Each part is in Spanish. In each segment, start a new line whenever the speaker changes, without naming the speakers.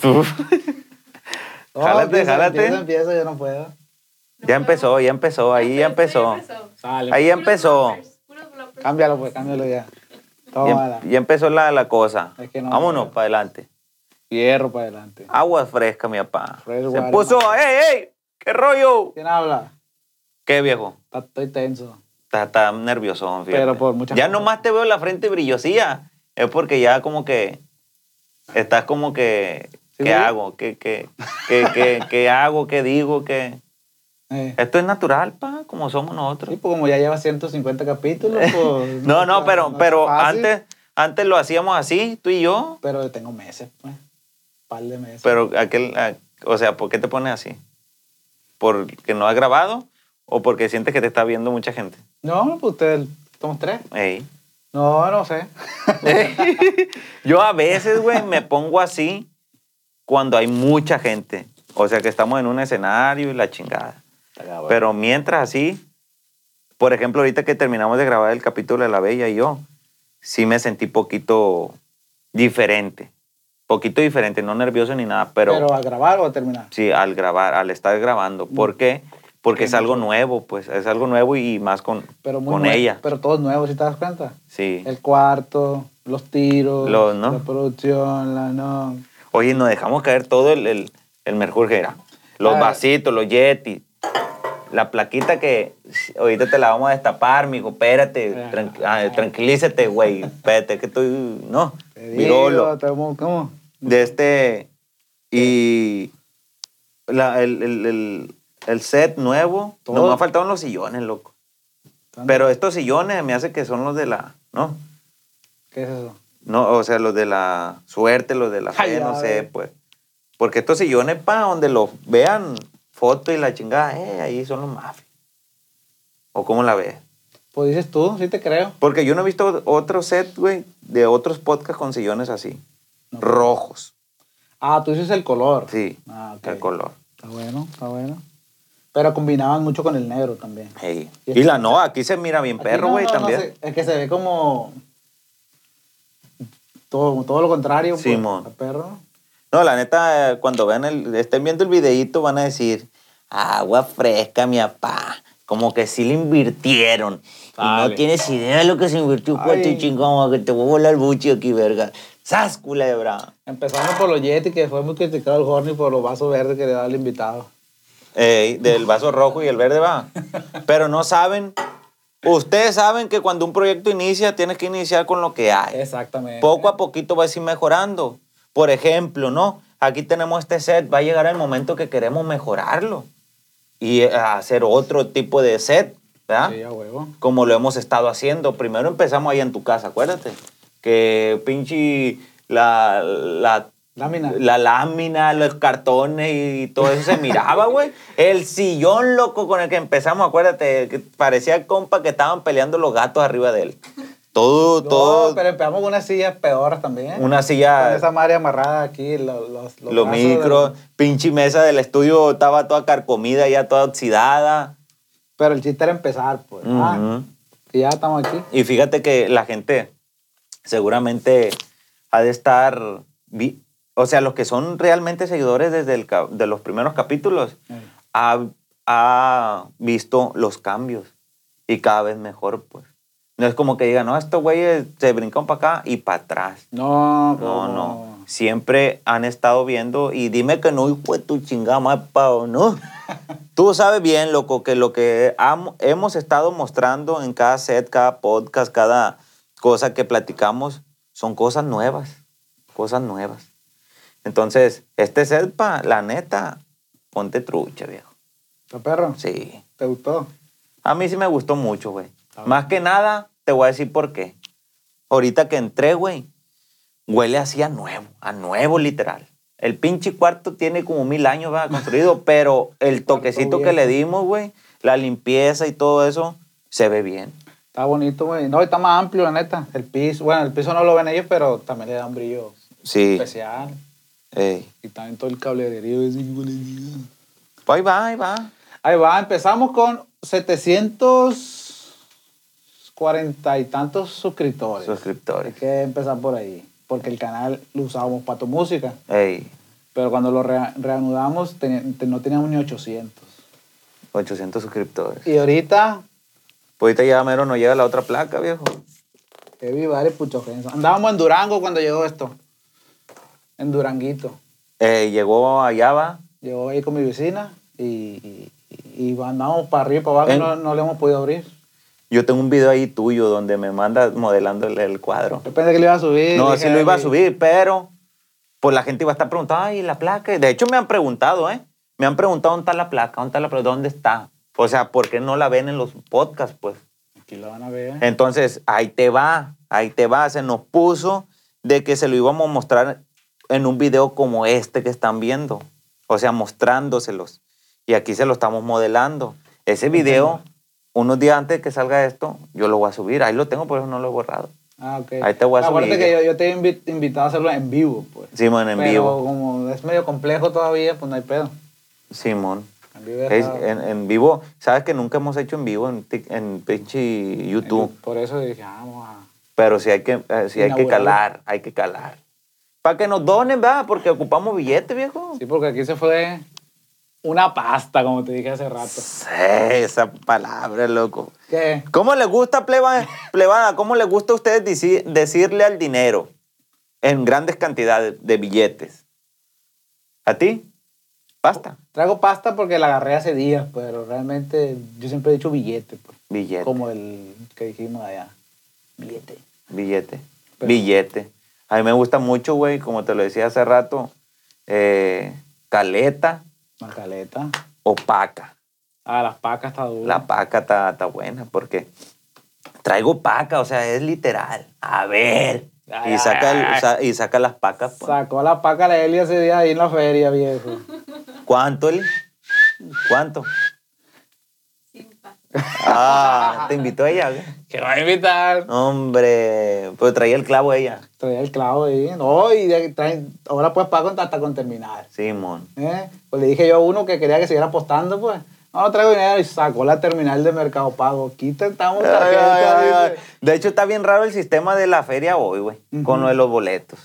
Tú.
No,
Jálate,
empieza,
jálate.
empieza, empieza, yo no puedo.
Ya empezó, ya empezó, ahí ya empezó.
Sale.
Ahí em-
pues.
ya empezó.
Cámbialo, pues, cámbialo ya. Tómala.
Ya, ya empezó la, la cosa.
Es que no.
Vámonos para adelante.
Fierro para adelante.
Agua fresca, mi papá.
Fresh
Se
water,
puso,
man.
¡ey, ey! ¿Qué rollo?
¿Quién habla?
¿Qué viejo?
Está- Estoy tenso.
Está, está nervioso, fíjate.
Pero por muchas
Ya
cosas.
nomás te veo la frente brillosía. Es porque ya como que estás como que.
¿Sí,
¿Qué
güey?
hago? ¿Qué, qué, qué, qué, qué hago? ¿Qué digo? ¿Qué?
Eh.
Esto es natural, pa, como somos nosotros.
Sí, pues como ya lleva 150 capítulos, pues.
No, no,
está-
pero,
no está
pero
fácil.
antes, antes lo hacíamos así, tú y yo,
Pero tengo meses, pues. Par de meses.
pero aquel, a- o sea, ¿por qué te pones así? ¿Porque no has grabado o porque sientes que te está viendo mucha gente?
No, pues ustedes. Somos tres.
Ey.
No, no sé.
yo a veces, güey, me pongo así cuando hay mucha gente. O sea, que estamos en un escenario y la chingada. Pero mientras así, por ejemplo, ahorita que terminamos de grabar el capítulo de La Bella y yo, sí me sentí poquito diferente. Poquito diferente, no nervioso ni nada, pero,
pero, a grabar o a terminar.
sí, al grabar, al estar grabando. ¿Por qué? Porque es algo nuevo, pues, es algo nuevo y, y más con,
Pero muy
con
nue-
ella.
Pero todos nuevos, si te das cuenta.
Sí.
El cuarto, los tiros,
Los, ¿no?
la producción, la no.
Oye, nos dejamos caer todo el, el, el merjurjera. Los
Ah.
vasitos, los yetis. La plaquita que ahorita te la vamos a destapar, mijo. Espérate,
Ah.
tranqui- ah, tranquilízate, güey. Espérate, que estoy. No,
Te digo,
virolo.
Eh, te mu- ¿Cómo?
De este. Y. la- el, el- el- el set nuevo.
Todo.
Nos Nomás faltaban los sillones, loco. Pero estos sillones me hace que son los de la. ¿No?
¿Qué es eso?
No, o sea, los de la suerte, los de la fe,
Ay, ya,
no
eh.
sé, pues. Porque estos sillones, pa, donde los vean fotos y la chingada, eh, ahí son los mafias. ¿O cómo la ves?
Pues dices tú, sí te creo.
Porque yo no he visto otro set, güey, de otros podcasts con sillones así.
No.
Rojos.
Ah, tú dices el color.
Sí,
Ah, ok.
el color.
Está bueno, está bueno. Pero combinaban mucho con el negro también.
Ey.
Y
Y
este-
la no, aquí se mira bien
Aquí
perro,
no,
güey,
no, no
también.
sé, es que se ve como. Todo, todo lo contrario. pues,
Simón.
a perro.
No, la neta, eh, cuando vean el, estén viendo el videíto van a decir, agua fresca, mi papá. Como que sí le invirtieron. Y
Sale.
no tienes idea de lo que se invirtió,
Ay.
cuate chingón, que te voy a volar el buchi aquí, verga. ¡Sas, culebra!
Empezando por los Yeti, que fue muy criticado el Horny por los vasos verdes que le daba el invitado.
Ey, del vaso rojo y el verde va. Pero no saben, ustedes saben que cuando un proyecto inicia, tienes que iniciar con lo que hay.
Exactamente.
poco a poquito va a ir mejorando. Por ejemplo, ¿no? Aquí tenemos este set, va a llegar el momento que queremos mejorarlo y eh, hacer otro tipo de set, ¿verdad?
Sí, a huevo.
Como lo hemos estado haciendo. Primero empezamos ahí en tu casa, acuérdate. Que pinche la, la,
Lámina.
la lámina, los cartones y todo eso se miraba, güey. El sillón loco con el que empezamos, acuérdate, que parecía compa que estaban peleando los gatos arriba de él. Todo,
No,
todo,
pero empezamos con unas sillas peoras también.
una
Con
silla
esa madre amarrada aquí, los, los,
Los
brazos de-
micros, pinche mesa del estudio estaba toda carcomida, ya toda oxidada.
Pero el chiste era empezar, pues. ah,
Ujú.
que ya estamos aquí.
Y fíjate que la gente seguramente ha de estar, vi- o sea, los que son realmente seguidores desde el ca- de los primeros capítulos, ha, ha visto los cambios y cada vez mejor, pues. No es como que digan, no, estos güeyes se brincan para acá y para atrás.
No,
No, no. Siempre han estado viendo y dime que no, hijo de tu chingada madre, pa, ¿o no? Tú sabes bien, loco, que lo que ham- hemos estado mostrando en cada set, cada podcast, cada cosa que platicamos, son cosas nuevas, cosas nuevas. Entonces, este set, pa, la neta, ponte trucha, viejo.
¿Está perro?
Sí.
¿Te gustó?
A mí sí me gustó mucho, güey.
Ah,
Más que nada, te voy a decir por qué. Ahorita que entré, güey, huele así a nuevo, a nuevo literal. El pinche cuarto tiene como mil años ¿verdad? construido, pero el
Cuarto
toquecito que le dimos, güey, la limpieza y todo eso, se ve bien.
Está bonito, güey. No, está más amplio, la neta. El piso, bueno, el piso no lo ven ellos, pero también le da un brillo
Sí.
especial.
Ey.
Y también todo el cablerío. ese, güey, la vida.
Pues ahí va, ahí va.
Ahí va, empezamos con 740 y tantos suscriptores.
Suscriptores.
Hay que empezar por ahí, porque el canal lo usábamos para tu música.
Ey.
Pero cuando lo rea- reanudamos, teni- te- no teníamos ni 800.
800 suscriptores.
Y ahorita,
Pues ahorita ya mero nos llega la otra placa, viejo.
heavy varios puchojensos. Andábamos en Durango cuando llegó esto. En Duranguito.
Eh, llegó allá, va.
Llegó ahí con mi vecina y, y, y andábamos para arriba y para abajo.
En-
No, no le hemos podido abrir.
Yo tengo un video ahí tuyo donde me manda modelando el, el cuadro.
Yo pensé que le iba a subir.
No, sí
dije,
lo iba a
"Ay".
subir, pero pues la gente iba a estar preguntando, ay, la placa. De hecho, me han preguntado, ¿eh? Me han preguntado dónde está la placa, dónde está la placa, dónde está. O sea, ¿por qué no la ven en los podcasts, pues?
Aquí lo van a ver.
Entonces, ahí te va, ahí te va. Se nos puso de que se lo íbamos a mostrar en un video como este que están viendo. O sea, mostrándoselos. Y aquí se lo estamos modelando. Ese video, unos días antes de que salga esto, yo lo voy a subir. Ahí lo tengo, por eso no lo he borrado.
Ah, ok.
Ahí te voy a
Acuérdate
subir.
que yo, yo te he invi- invitado a hacerlo en vivo, pues.
Simón, en
Pero
vivo.
como es medio complejo todavía, pues no hay pedo.
Simón.
En vivo
Es-
está-
en, en vivo, sabes que nunca hemos hecho en vivo en, tic- en pinche
en-
YouTube.
Por eso dije, ah, vamos a...
Pero sí hay que, eh, sí hay que
Inaugurarlo.
calar, hay que calar. Para que nos donen, ¿verdad? Porque ocupamos billete, viejo.
Sí, porque aquí se fue una pasta, como te dije hace rato.
Sí, esa palabra, loco.
¿Qué?
¿Cómo les gusta, pleba- plebada? ¿Cómo les gusta a ustedes deci- decirle al dinero en grandes cantidades de billetes? ¿A ti? Pasta,
Traigo pasta porque la agarré hace días, pero realmente yo siempre he dicho billete, pues.
billete,
Como el que dijimos allá. Billete.
billete,
Pero-
billete. A mí me gusta mucho, güey, como te lo decía hace rato, eh, caleta
Una caleta.
o paca.
Ah, las pacas está duro.
La paca está está buena porque traigo paca, o sea, es literal. A ver.
Ay,
Y saca, el-
ay,
sa- y saca las pacas. pues.
Sacó la paca la Eli hace días ahí en la feria, viejo.
¿Cuánto, Eli? ¿Cuánto? Ah, te invitó ella. güey.
que va a invitar.
Hombre, pero traía el clavo ella.
Traía el clavo ahí. No, y de- traen- ahora pues pago hasta con terminar.
Simón.
¿eh? Pues le dije yo a uno que quería que siguiera apostando, pues. No, no traigo dinero y sacó la terminal de Mercado Pago. Quita, estamos
Ay,
tarjeta,
ay, ay, ay.
dice.
De hecho, está bien raro el sistema de la feria hoy, güey, con lo de los boletos.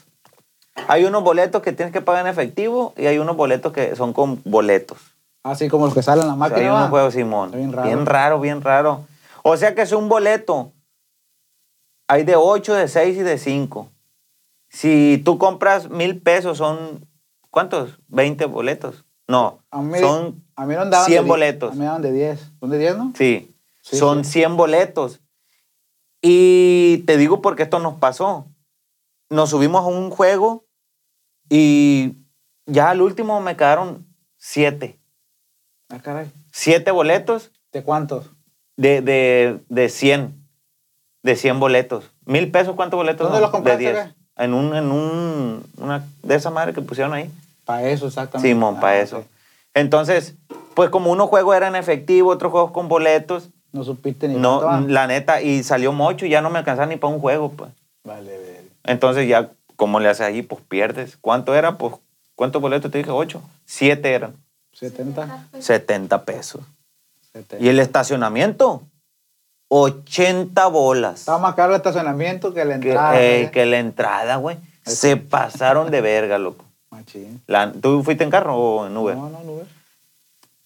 Hay unos boletos que tienes que pagar en efectivo y hay unos boletos que son con boletos.
Así como los que salen en la
O sea,
máquina.
hay
¿va?
unos juegos, Simón.
Está bien raro.
Bien raro, bien raro. O sea que es un boleto. Hay de 8, de 6 y de 5. Si tú compras mil pesos, son. ¿Cuántos? ¿20 boletos? No.
A mí,
son.
a mí no andaban
100
de diez,
boletos.
A mí andaban de 10. ¿Son de 10, no?
Sí.
Sí,
son 100 boletos. Y te digo porque esto nos pasó. Nos subimos a un juego y ya al último me quedaron 7.
Ah, caray.
7 boletos.
¿De cuántos?
De, de, de 100. De 100 boletos. ¿Mil pesos cuántos boletos?
¿Dónde
son?
los compraste,
De 10.
güey?
En, un, en un, una de esa madre que pusieron ahí.
Para eso, exactamente.
Simón,
Ah,
para
ok.
eso. Entonces, pues como unos juegos eran efectivo, otros juegos con boletos.
No supiste ni ah.
No,
cuánto, ¿va?
la neta, y salió mucho y ya no me alcanzaba ni para un juego, pues.
Vale, vale.
Entonces ya, como le haces ahí? Pues pierdes. ¿Cuánto era? Pues, ¿cuántos boletos te dije? ¿Ocho? Siete eran.
Ah,
70.
pues,
70 pesos.
70.
¿Y el estacionamiento? 80 bolas.
Estaba más caro el estacionamiento que la
Que,
entrada.
ey,
¿eh?
que la entrada, güey. Se pasaron de verga, loco.
Machín.
La- ¿Tú fuiste en carro o en Uber?
No, no, no.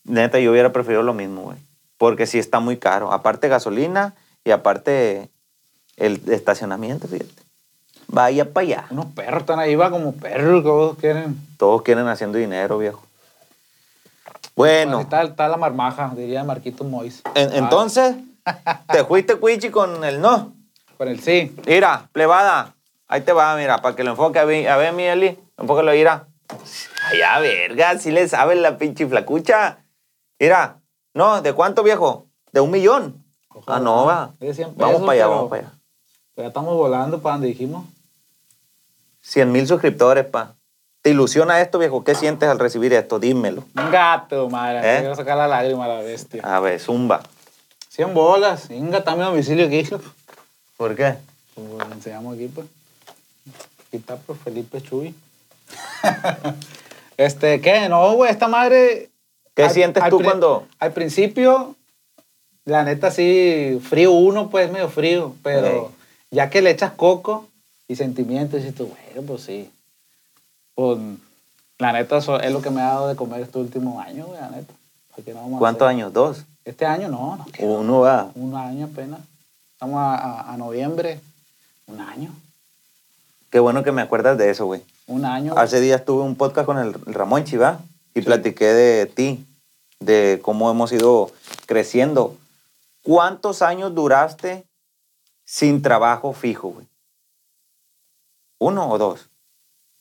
Neta, yo hubiera preferido lo mismo, güey. Porque sí está muy caro. Aparte gasolina y aparte el estacionamiento, fíjate. Vaya para allá.
Unos perros están ahí, va como perros que vos quieren.
Todos quieren haciendo dinero, viejo. Bueno,
Ahí Está, está la marmaja, diría Marquito Mois. Ah,
en- entonces, te fuiste cuichi con el no.
Con el sí.
Mira, plebada. Ahí te va, mira, para que lo enfoque. A ver, a ver mi Eli, enfócalo, mira. Allá, verga, si le sabe la pinche flacucha. Mira, no, ¿de cuánto, viejo? ¿De un millón?
Ojo,
ah, no, va.
es de 100
vamos
pesos,
para allá,
pero-
vamos para allá.
Pues ya estamos volando para donde dijimos.
100 mil suscriptores, pa. ¿Te ilusiona esto, viejo? ¿Qué sientes al recibir esto? Dímelo.
Un gato, madre.
¿Eh?
Te Quiero sacar la lágrima a la bestia.
A ver, zumba.
100 bolas. Inga, está mi domicilio aquí. hijo.
¿Por qué?
Pues lo enseñamos aquí, pues. Aquí está, pues, Felipe Chuy. este, ¿qué? No, güey, esta madre.
¿Qué sientes tú
pri-
cuando-
Al principio, la neta, sí, frío uno, pues, medio frío. Pero
Ey.
ya que le echas coco y sentimiento, dices tú, bueno, pues sí. Pues, La neta, eso es lo que me ha dado de comer este último año, güey, la neta. ¿Para qué no vamos a
¿Cuántos
hacer?
años? ¿Dos?
Este año no, no queda.
Uno va.
Un año apenas. Estamos a, a- a noviembre. Un año.
Qué bueno que me acuerdas de eso, güey.
Un año. güey.
Hace días tuve un podcast con el Ramón Chivá y platiqué de ti, de cómo hemos ido creciendo. ¿Cuántos años duraste sin trabajo fijo, güey? ¿Uno o dos?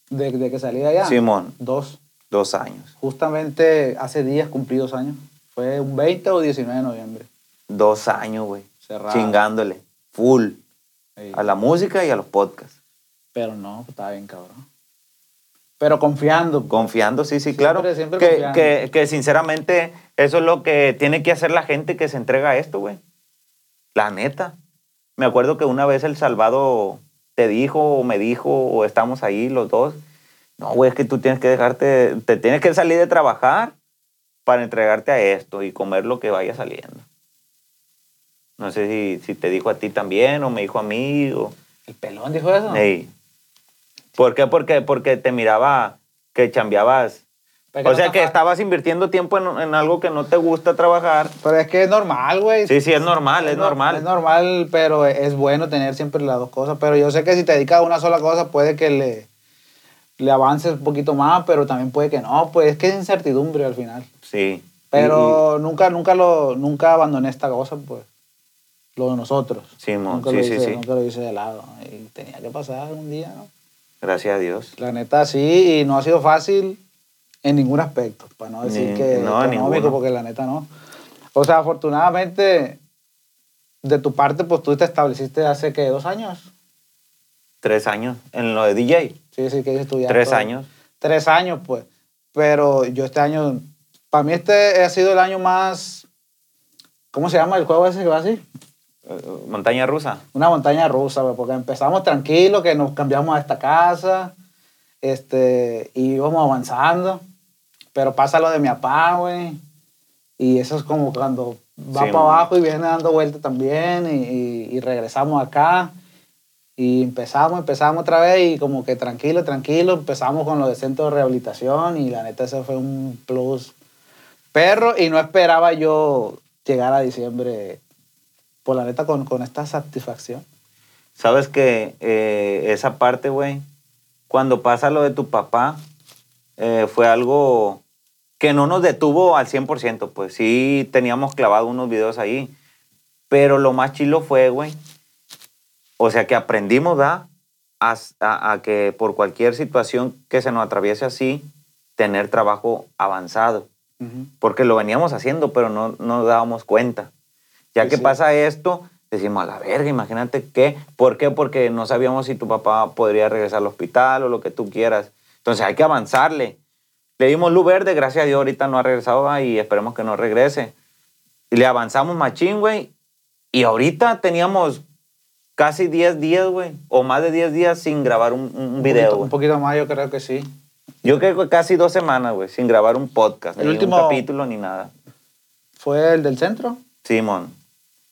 De, de que salí de allá.
Simón,
Dos.
dos años.
Justamente hace días cumplí dos años. Fue un 20 o 19 de noviembre.
Dos años, güey.
Cerrado.
Chingándole. Full.
Sí.
A la música y a los podcasts.
Pero no, pues, estaba bien cabrón. Pero confiando. pues.
Confiando, sí, sí,
Siempre,
claro.
siempre
que,
confiando.
que, que sinceramente eso es lo que tiene que hacer la gente que se entrega a esto, güey. La neta. Me acuerdo que una vez El Salvado te dijo o me dijo o estamos ahí los dos. No, güey, es que tú tienes que dejarte, te tienes que salir de trabajar para entregarte a esto y comer lo que vaya saliendo. No sé si, si te dijo a ti también o me dijo a mí o...
El pelón dijo eso.
Ey. ¿Por qué? Porque, porque te miraba que chambeabas.
Pero
O
no
sea,
está
que
fácil.
estabas invirtiendo tiempo en, en algo que no te gusta trabajar.
Pero es que es normal, güey.
Sí, sí, es normal, es
no- Es
normal.
normal, pero es bueno tener siempre las dos cosas. Pero yo sé que si te dedicas a una sola cosa, puede que le, le avances un poquito más, pero también puede que no. Pues es que es incertidumbre al final.
Sí.
Pero nunca, nunca, lo, nunca abandoné esta cosa, pues. Lo de nosotros.
Sí, mo,
nunca
sí,
lo
sí,
hice,
sí.
Nunca lo hice de lado. Y tenía que pasar un día, ¿no?
Y gracias a Dios.
La neta, sí, y no ha sido fácil en ningún aspecto, para no decir
Ni-
que
no,
económico,
ninguno.
porque la neta no. O sea, afortunadamente, de tu parte, pues tú te estableciste hace que dos años.
Tres años en lo de DJ.
Sí, sí, que dices tú ya
Tres
todo.
años.
Tres años, pues. Pero yo este año, para mí este ha sido el año más, ¿cómo se llama el juego ese que va así?
Eh, Montaña rusa.
una montaña rusa, güey, porque empezamos tranquilos, que nos cambiamos a esta casa, este, y íbamos avanzando, pero pasa lo de mi papá, güey, y eso es como cuando va
Sí,
para
man.
abajo y viene dando vueltas también, y, y- y regresamos acá, y empezamos, empezamos otra vez, y como que tranquilo, tranquilo, empezamos con lo de centro de rehabilitación, y la neta ese fue un plus perro, y no esperaba yo llegar a diciembre, por la neta, con, con esta satisfacción.
Sabes que eh, esa parte, güey, cuando pasa lo de tu papá, eh, fue algo que no nos detuvo al 100%, pues sí teníamos clavado unos videos ahí, pero lo más chilo fue, güey, o sea que aprendimos, ¿verdad? A, a- a que por cualquier situación que se nos atraviese así, tener trabajo avanzado, porque lo veníamos haciendo, pero no no nos dábamos cuenta. Ya
Sí,
que
sí.
pasa esto, decimos, a la verga, imagínate qué. ¿Por qué? Porque no sabíamos si tu papá podría regresar al hospital o lo que tú quieras. Entonces hay que avanzarle. Le dimos luz verde, gracias a Dios ahorita no ha regresado va, y esperemos que no regrese. Y le avanzamos machín, güey. Y ahorita teníamos casi 10 días, güey, o más de 10 días sin grabar un, un video,
Un
güey.
poquito más, yo creo que sí.
Yo creo que casi dos semanas, güey, sin grabar un podcast,
El
ni
último-
un capítulo, ni nada.
¿Fue el del centro?
Simón,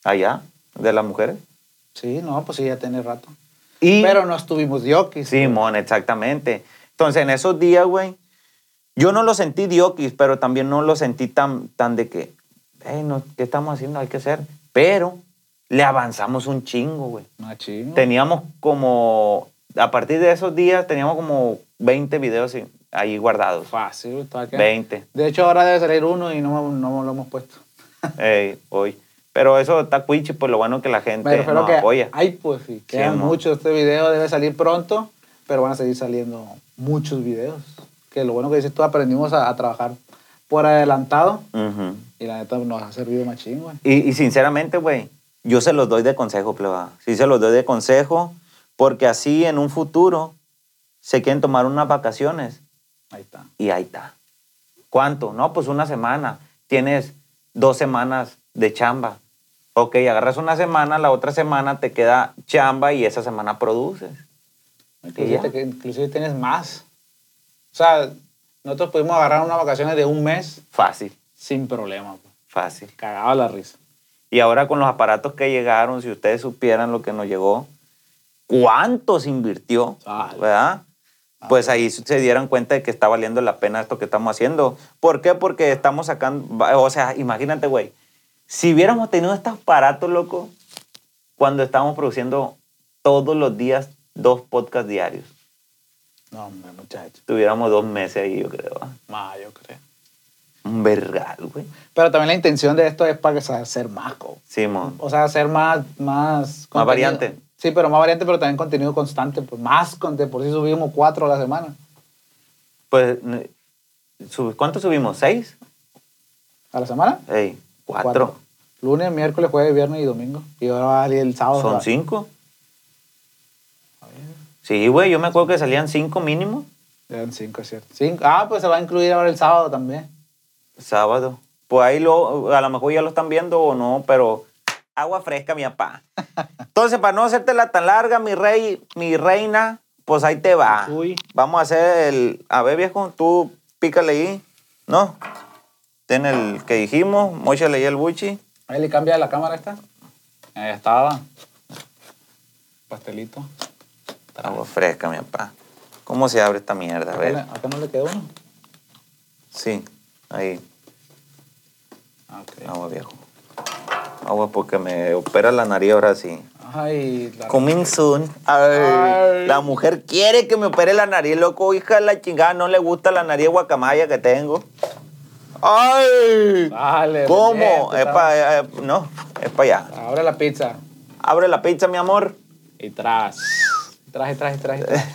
allá, de las mujeres.
Sí, no, pues sí, ya tiene rato.
Y
Pero no estuvimos diokis.
Simón, exactamente. Entonces, en esos días, güey, yo no lo sentí diokis, pero también no lo sentí tan, tan de que, hey, no, ¿qué estamos haciendo? Hay que hacer. Pero le avanzamos un chingo, güey.
Machín.
Teníamos como, a partir de esos días, teníamos como 20 videos en- ahí guardados.
Fácil, está acá.
20,
De hecho, ahora debe salir uno y no, no lo hemos puesto.
eh, hoy. Pero eso está cuichi, pues lo bueno que la
Me
gente
refiero
nos
que
apoya.
hay, pues sí, quedan
mo.
muchos. Este video debe salir pronto, pero van a seguir saliendo muchos videos. Que lo bueno que dices tú, aprendimos a, a trabajar por adelantado
Ujú.
y la neta nos ha servido machín, güey.
Y, y sinceramente, güey, yo se los doy de consejo, plebada. Sí se los doy de consejo, porque así en un futuro se quieren tomar unas vacaciones
Ahí está.
y ahí está. ¿Cuánto? No, pues una semana. Tienes dos semanas de chamba. Ok, agarras una semana, la otra semana te queda chamba y esa semana produces.
Inclusive,
ya.
te- que inclusive tienes más. O sea, nosotros pudimos agarrar unas vacaciones de un mes
Fácil,
sin problema. pues.
fácil.
Cagaba la risa.
Y ahora con los aparatos que llegaron, si ustedes supieran lo que nos llegó, cuánto se invirtió,
Vale.
¿verdad? pues ahí se dieran cuenta de que está valiendo la pena esto que estamos haciendo. ¿Por qué? Porque estamos sacando, o sea, imagínate, güey, si hubiéramos tenido estos aparatos, loco, cuando estábamos produciendo todos los días dos podcasts diarios,
No, hombre, muchacho.
tuviéramos dos meses ahí, yo creo. ¿ah?
Más, yo creo.
Un vergal, güey.
Pero también la intención de esto es para que sea- hacer más, co.
Simón.
o sea, hacer más... Más, contenido.
variante.
Sí, pero más variante, pero también contenido constante. Pues más, con- de por sí subimos cuatro a la semana.
Pues, n- sub- ¿cuánto subimos? ¿Seis?
¿A la semana?
Ey, cuatro.
Lunes, miércoles, jueves, viernes y domingo. Y ahora va a salir el sábado.
¿Son
¿verdad?
cinco? Sí, güey, yo me acuerdo que salían cinco mínimo.
Eran cinco, es cierto. Cinco. Ah, pues se va a incluir ahora el sábado también.
Sábado. Pues ahí lo, a lo mejor ya lo están viendo o no, pero agua fresca, mi papá. Entonces, para no hacértela tan larga, mi rey, mi reina, pues ahí te va.
Uy.
Vamos a hacer el... A ver, viejo, tú pícale ahí, ¿no? Ten el que dijimos, mochale ahí el buchi.
Ahí le cambia la cámara esta. Ahí estaba. Pastelito.
Agua fresca, mi papá. ¿Cómo se abre esta mierda? A
Acá, le-
ver.
acá no le quedó uno.
Sí, ahí.
Ah, ok.
Agua, viejo. Agua porque me opera la nariz ahora sí.
Ay, la...
Coming soon. Ay,
Ay.
La mujer quiere que me opere la nariz, loco. Hija de la chingada, no le gusta la nariz de guacamaya que tengo. ¡Ay!
Dale,
¿Cómo?
vete,
Es para... no, es para allá.
Abre la pizza.
Abre la pizza, mi amor.
Y tras. Tras, tras, tras,
Eh.
tras.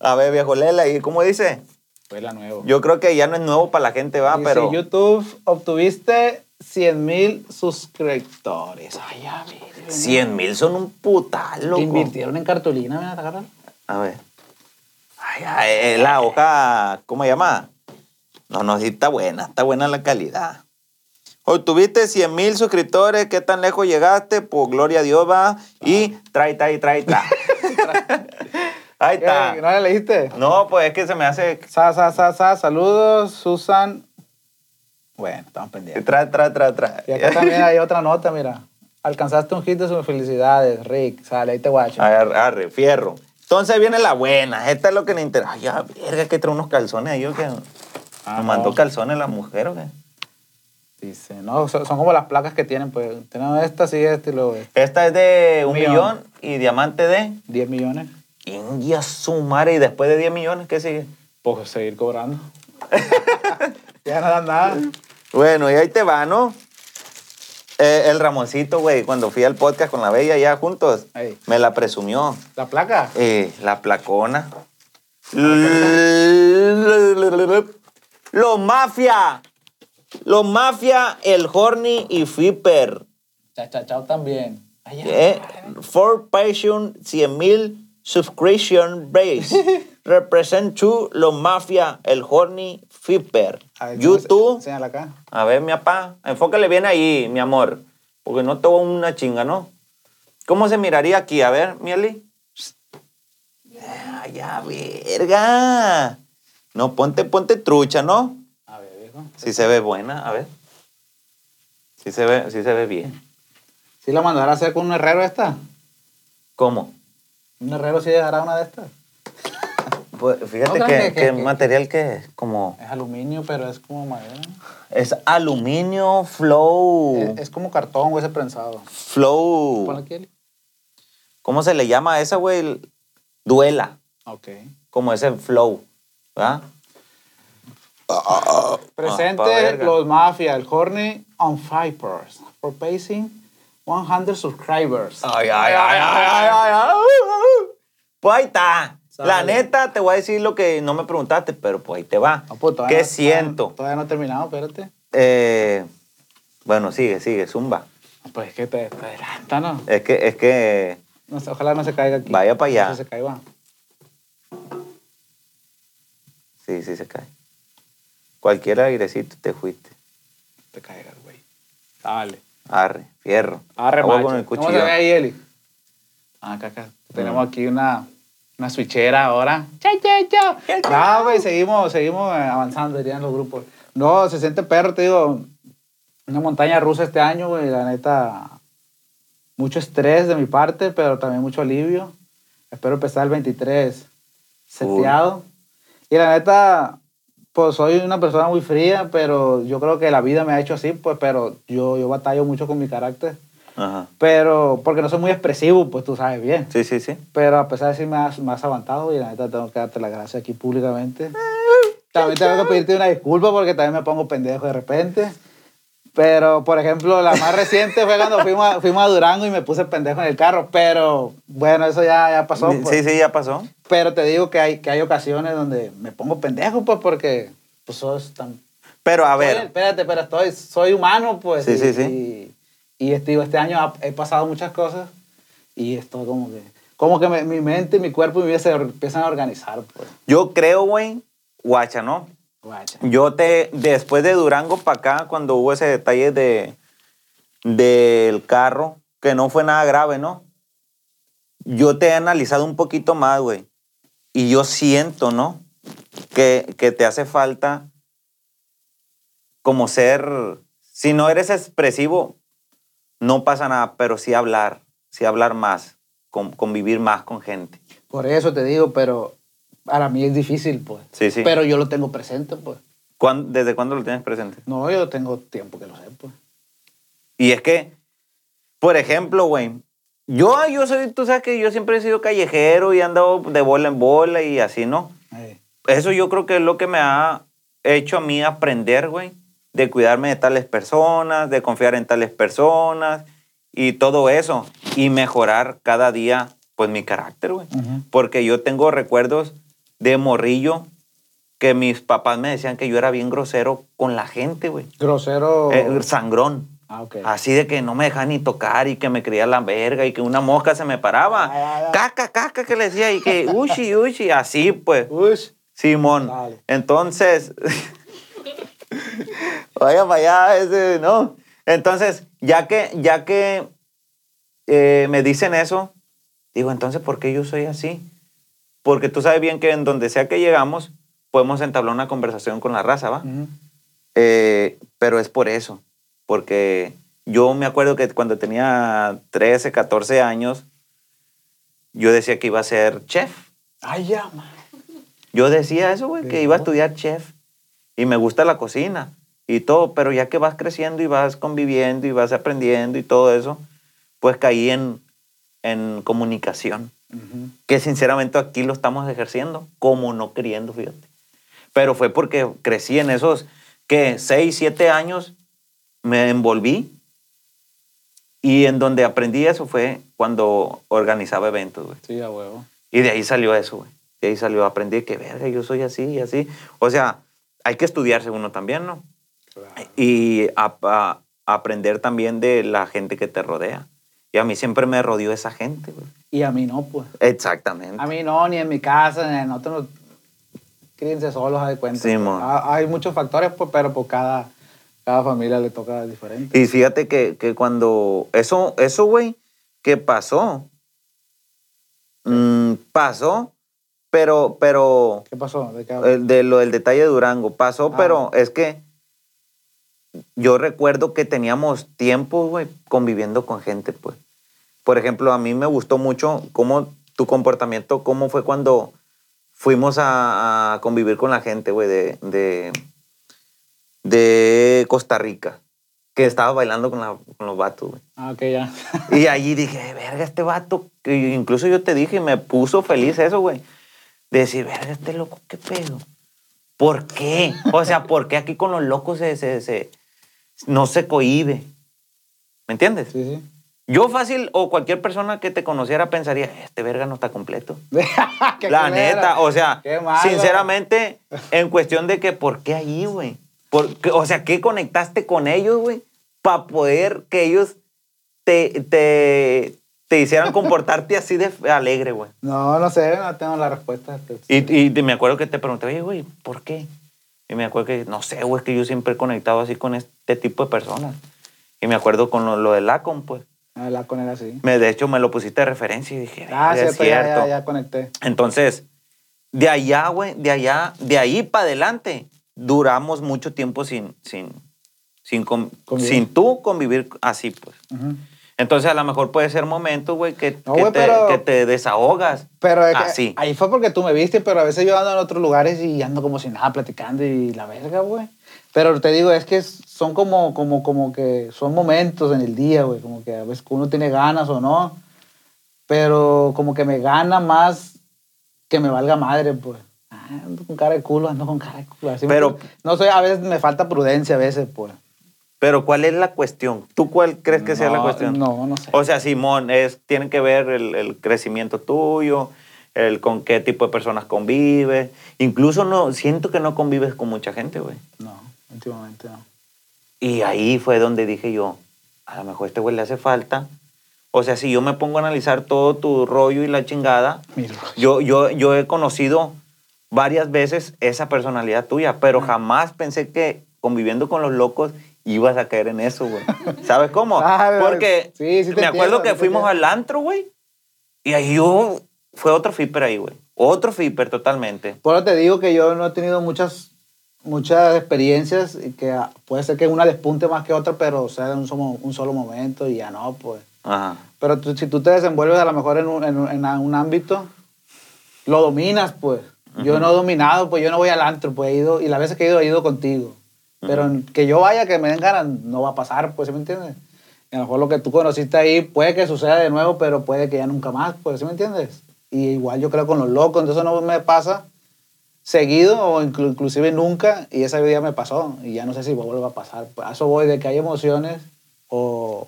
A ver, viejo Lela, ¿y cómo dice?
Fue la nueva.
Yo creo que ya no es nuevo para la gente, va,
Dice,
pero...
YouTube obtuviste 100 mil suscriptores. Ay, ya, mire.
100 mil son un putal,
Te
loco.
invirtieron en cartulina, ven a atacarla.
A ver. Ay, ay, eh, la hoja, ¿cómo se llama? No, no, sí está buena, está buena la calidad. Hoy tuviste 100 mil suscriptores, ¿qué tan lejos llegaste? Pues gloria a Dios va. Y trae, trae, trae, trae. Ahí
Eh,
está.
¿No la leíste?
No, pues es que se me hace...
Sa, sa, sa, sa, saludos, Susan. Bueno, estamos pendientes.
Trae, trae, trae, trae.
Y acá también hay otra nota, mira. Alcanzaste un hit de sus felicidades, Rick. Sale, ahí te guacho.
Arre, arre, fierro. Entonces viene la buena. Esta es lo que me interesa. Ay, ya, verga, que trae unos calzones ahí. ¿o qué?
Ah,
Nos mandó
no.
calzones la mujer, ¿o qué?
Dice, no, son, son como las placas que tienen, pues. Tenemos esta, sí, esta y luego este.
Esta
esta.
es de un
Millón.
millón y diamante de
10 millones.
India Sumare y después de 10 millones, ¿qué sigue?
Puedo seguir cobrando. ya no dan nada.
Bueno, y ahí te va, ¿no? Eh, el Ramoncito, güey, cuando fui al podcast con la Bella ya juntos,
Ey.
me la presumió.
La placa.
Eh, la placona. Los mafia. Los mafia, el Horny y Flipper.
Chao, chao, chao también. Ay, ya.
Eh, for Passion 100.000 subscription base. Represent to los mafia, el horny flipper.
A ver,
YouTube.
Señala acá.
A ver, mi papá, enfócale bien ahí, mi amor. Porque no te voy a una chinga, ¿no? ¿Cómo se miraría aquí? A ver, Mieli. Ay, ya, verga. No, ponte, ponte trucha, ¿no?
A ver, viejo.
Si se ve buena, a ver. Si se ve, si se ve bien.
¿Sí la mandará a hacer con un herrero esta?
¿Cómo?
¿Un herrero sí hará una de estas?
Pues fíjate
Otra
que,
que-
que
que-
material que es como
Es aluminio, pero es como madera.
es aluminio flow.
Es, es como cartón, güey, ese prensado. Ponlo
Flow.
Eh, aquí, Eli.
¿Cómo se le llama a esa, güey? El- Duela.
Ok.
Como ese flow. ¿Verdad? Ah, pa'
Presente
verga.
los Mafia, el Horny on Fipers. For pacing 100 subscribers.
Ay, ay, ay, ay, ay, ay, ay. Pues ahí está. La
Sale.
neta, te voy a decir lo que no me preguntaste, pero pues ahí te va.
No, pues, todavía
¿Qué
no-
siento?
Todavía, todavía no he terminado, espérate.
Eh, bueno, sigue, sigue, zumba.
No, Pues es que te, te adelanta, ¿no?
Es que, es que
No sé, Ojalá no se caiga aquí.
Vaya pa' allá.
No se caiga.
Sí, sí se cae. Cualquier airecito te fuiste.
Te caigas, güey. Dale.
Arre, fierro.
Arre,
Agua
macho.
con el
¿Cómo se
cuchillo.
ve ahí, Eli? Ah, acá, acá. Tenemos aquí una, una switchera ahora. Cha, cha, cha. No, güey, seguimos, seguimos eh, avanzando, dirían los grupos. No, se siente perro, te digo. Una montaña rusa este año, güey, la neta. Mucho estrés de mi parte, pero también mucho alivio. Espero empezar el 23 seteado. Y la neta, pues soy una persona muy fría, pero yo creo que la vida me ha hecho así, pues, pero yo, yo batallo mucho con mi carácter.
Ajá.
Pero, porque no soy muy expresivo, pues tú sabes bien.
Sí, sí, sí.
Pero a pesar de decir, me has, me has aguantado y la neta tengo que darte las gracias aquí públicamente. También tengo que pedirte una disculpa porque también me pongo pendejo de repente. Pero, por ejemplo, la más reciente fue cuando fuimos a, fuimos a Durango y me puse pendejo en el carro. Pero, bueno, eso ya, ya pasó. pues.
Sí, sí, ya pasó.
Pero te digo que hay, que hay ocasiones donde me pongo pendejo, pues, porque pues, sos tan...
Pero a
Oye,
ver,
espérate, pero estoy, soy humano, pues.
Sí,
y,
sí, sí.
Y, y, este, digo, este año ha- he pasado muchas cosas y esto como que... Como que me- mi mente, mi cuerpo y mi vida se or- empiezan a organizar, pues.
yo creo, güey, guacha, ¿no?
Guacha.
Yo te, después de Durango para acá, cuando hubo ese detalle de, del carro, que no fue nada grave, ¿no? Yo te he analizado un poquito más, güey. Y yo siento, ¿no? Que, que te hace falta como ser, si no eres expresivo, no pasa nada, pero sí hablar, sí hablar más, con- convivir más con gente.
Por eso te digo, pero para mí es difícil, pues.
Sí, sí.
Pero yo lo tengo presente, pues.
¿Cuán- ¿Desde cuándo lo tienes presente?
No, yo tengo tiempo que lo sé, pues.
Y es que, por ejemplo, güey, yo, yo soy, tú sabes que yo siempre he sido callejero y he andado de bola en bola y así, ¿no?
Eh,
Eso yo creo que es lo que me ha hecho a mí aprender, güey, de cuidarme de tales personas, de confiar en tales personas y todo eso. Y mejorar cada día, pues, mi carácter, güey.
ujú.
Porque yo tengo recuerdos de morrillo que mis papás me decían que yo era bien grosero con la gente, güey.
Grosero.
Eh, sangrón.
ah, ok.
Así de que no me dejaban ni tocar y que me creía la verga y que una mosca se me paraba.
Ay, ay, ay.
Caca, caca que le decía y que uchi, uchi, así pues.
Ush.
Simón.
Dale.
Entonces, vaya para allá ese, ¿no? Entonces, ya que, ya que eh, me dicen eso, digo, entonces, ¿por qué yo soy así? Porque tú sabes bien que en donde sea que llegamos, podemos entablar una conversación con la raza, ¿va?
Ujú.
Eh, pero es por eso, porque yo me acuerdo que cuando tenía 13, 14 años, yo decía que iba a ser chef.
Ay, ya, man.
Yo decía eso, güey, que iba a estudiar chef. Y me gusta la cocina y todo, pero ya que vas creciendo y vas conviviendo y vas aprendiendo y todo eso, pues caí en, en comunicación
Ujú.
que sinceramente aquí lo estamos ejerciendo, como no queriendo, fíjate. Pero fue porque crecí en esos que 6, 7 años me envolví y en donde aprendí eso fue cuando organizaba eventos, güey.
Sí, a huevo.
Y de ahí salió eso, güey. De ahí salió, aprendí que, verga, yo soy así y así. O sea, hay que estudiarse uno también, ¿no?
Claro.
Y a- a- aprender también de la gente que te rodea. Y a mí siempre me rodeó esa gente, güey.
Y a mí no, pues.
Exactamente.
A mí no, ni en mi casa, ni en otro. Críense solos, haz de cuenta.
Sí, mon.
Ah, Hay muchos factores, pues, pero por cada, cada familia le toca diferente.
Y fíjate que, que cuando eso, eso, güey, que pasó, mm, pasó, pero, pero,
¿Qué pasó? ¿De qué hablas?
eh, de lo del detalle de Durango, pasó,
Ah.
pero es que yo recuerdo que teníamos tiempo, güey, conviviendo con gente, pues. Por ejemplo, a mí me gustó mucho cómo tu comportamiento, cómo fue cuando fuimos a, a convivir con la gente, güey, de, de, de Costa Rica, que estaba bailando con, la- con los vatos, güey.
Ah, ok, ya.
Y allí dije, verga, este vato, que incluso yo te dije, y me puso feliz eso, güey. De decir, verga, este loco, qué pedo. ¿Por qué? O sea, ¿por qué aquí con los locos se, se- se- no se cohíbe? ¿Me entiendes?
Sí, sí.
Yo fácil o cualquier persona que te conociera pensaría, este verga no está completo.
Qué
La
culero.
neta, o sea,
Qué malo.
sinceramente, en cuestión de que, ¿por qué allí, güey? ¿Por qué? O sea, ¿qué conectaste con ellos, güey? Para poder que ellos te, te, te hicieran comportarte así de alegre, güey.
No, no sé, no tengo la respuesta. Este,
Y, y te- me acuerdo que te pregunté, oye, güey, ¿por qué? Y me acuerdo que, no sé, güey, es que yo siempre he conectado así con este tipo de personas. Y me acuerdo con lo, lo del ACOM, pues.
Ah, la con él así.
Me, de hecho, me lo pusiste de referencia y dije,
Ah,
es
cierto, ya,
cierto.
ya, ya conecté.
Entonces, de allá, güey, de allá, de ahí para adelante, duramos mucho tiempo sin, sin, sin, con-
Convivir.
sin tú convivir así, pues.
Ujú.
Entonces a lo mejor puede ser momentos, güey, que,
No,
que
güey,
te,
pero-
que te desahogas.
Pero es que
Así.
ahí fue porque tú me viste, pero a veces yo ando en otros lugares y ando como si nada platicando y la verga, güey. Pero te digo, es que son como, como, como que son momentos en el día, güey, como que a veces uno tiene ganas o no, pero como que me gana más que me valga madre, pues. Ah, Ando con cara de culo, ando con cara de culo. así me-
Pero-
no sé, a veces me falta prudencia, a veces, pues.
Pero ¿cuál es la cuestión? ¿Tú cuál crees que sea la
No,
cuestión?
No, no sé.
O sea, Simón, es, tiene que ver el, el crecimiento tuyo, el con qué tipo de personas convives. Incluso no, siento que no convives con mucha gente, güey.
No, últimamente no.
Y ahí fue donde dije yo, a lo mejor a este güey le hace falta. O sea, si yo me pongo a analizar todo tu rollo y la chingada,
Mi rollo.
yo, yo, yo he conocido varias veces esa personalidad tuya, pero jamás pensé que conviviendo con los locos ibas a caer en eso, güey. ¿Sabes cómo?
Ah, pero-
Porque
sí, sí te
me acuerdo
entiendo, sí
que
te
fuimos
entiendo.
al antro, güey, y ahí yo... Fue otro flipper ahí, güey. Otro flipper totalmente.
Por eso te digo que yo no he tenido muchas, muchas experiencias y que ah, puede ser que una despunte más que otra, pero o sea en un solo, un solo momento y ya no, pues.
Ajá.
Pero tú- si tú te desenvuelves a lo mejor en un, en un- en a- un ámbito, lo dominas, pues. Yo no he dominado, pues yo no voy al antro, pues he ido, y las veces que he ido, he ido contigo. Pero en- que yo vaya, que me den ganas, no va a pasar, pues, ¿sí me entiendes? Y a lo mejor lo que tú conociste ahí puede que suceda de nuevo, pero puede que ya nunca más, pues, ¿sí me entiendes? Y igual yo creo con los locos, entonces no me pasa seguido o inclu- inclusive nunca, y esa día me pasó, y ya no sé si vuelva a pasar. Pues, a eso voy, de que hay emociones, o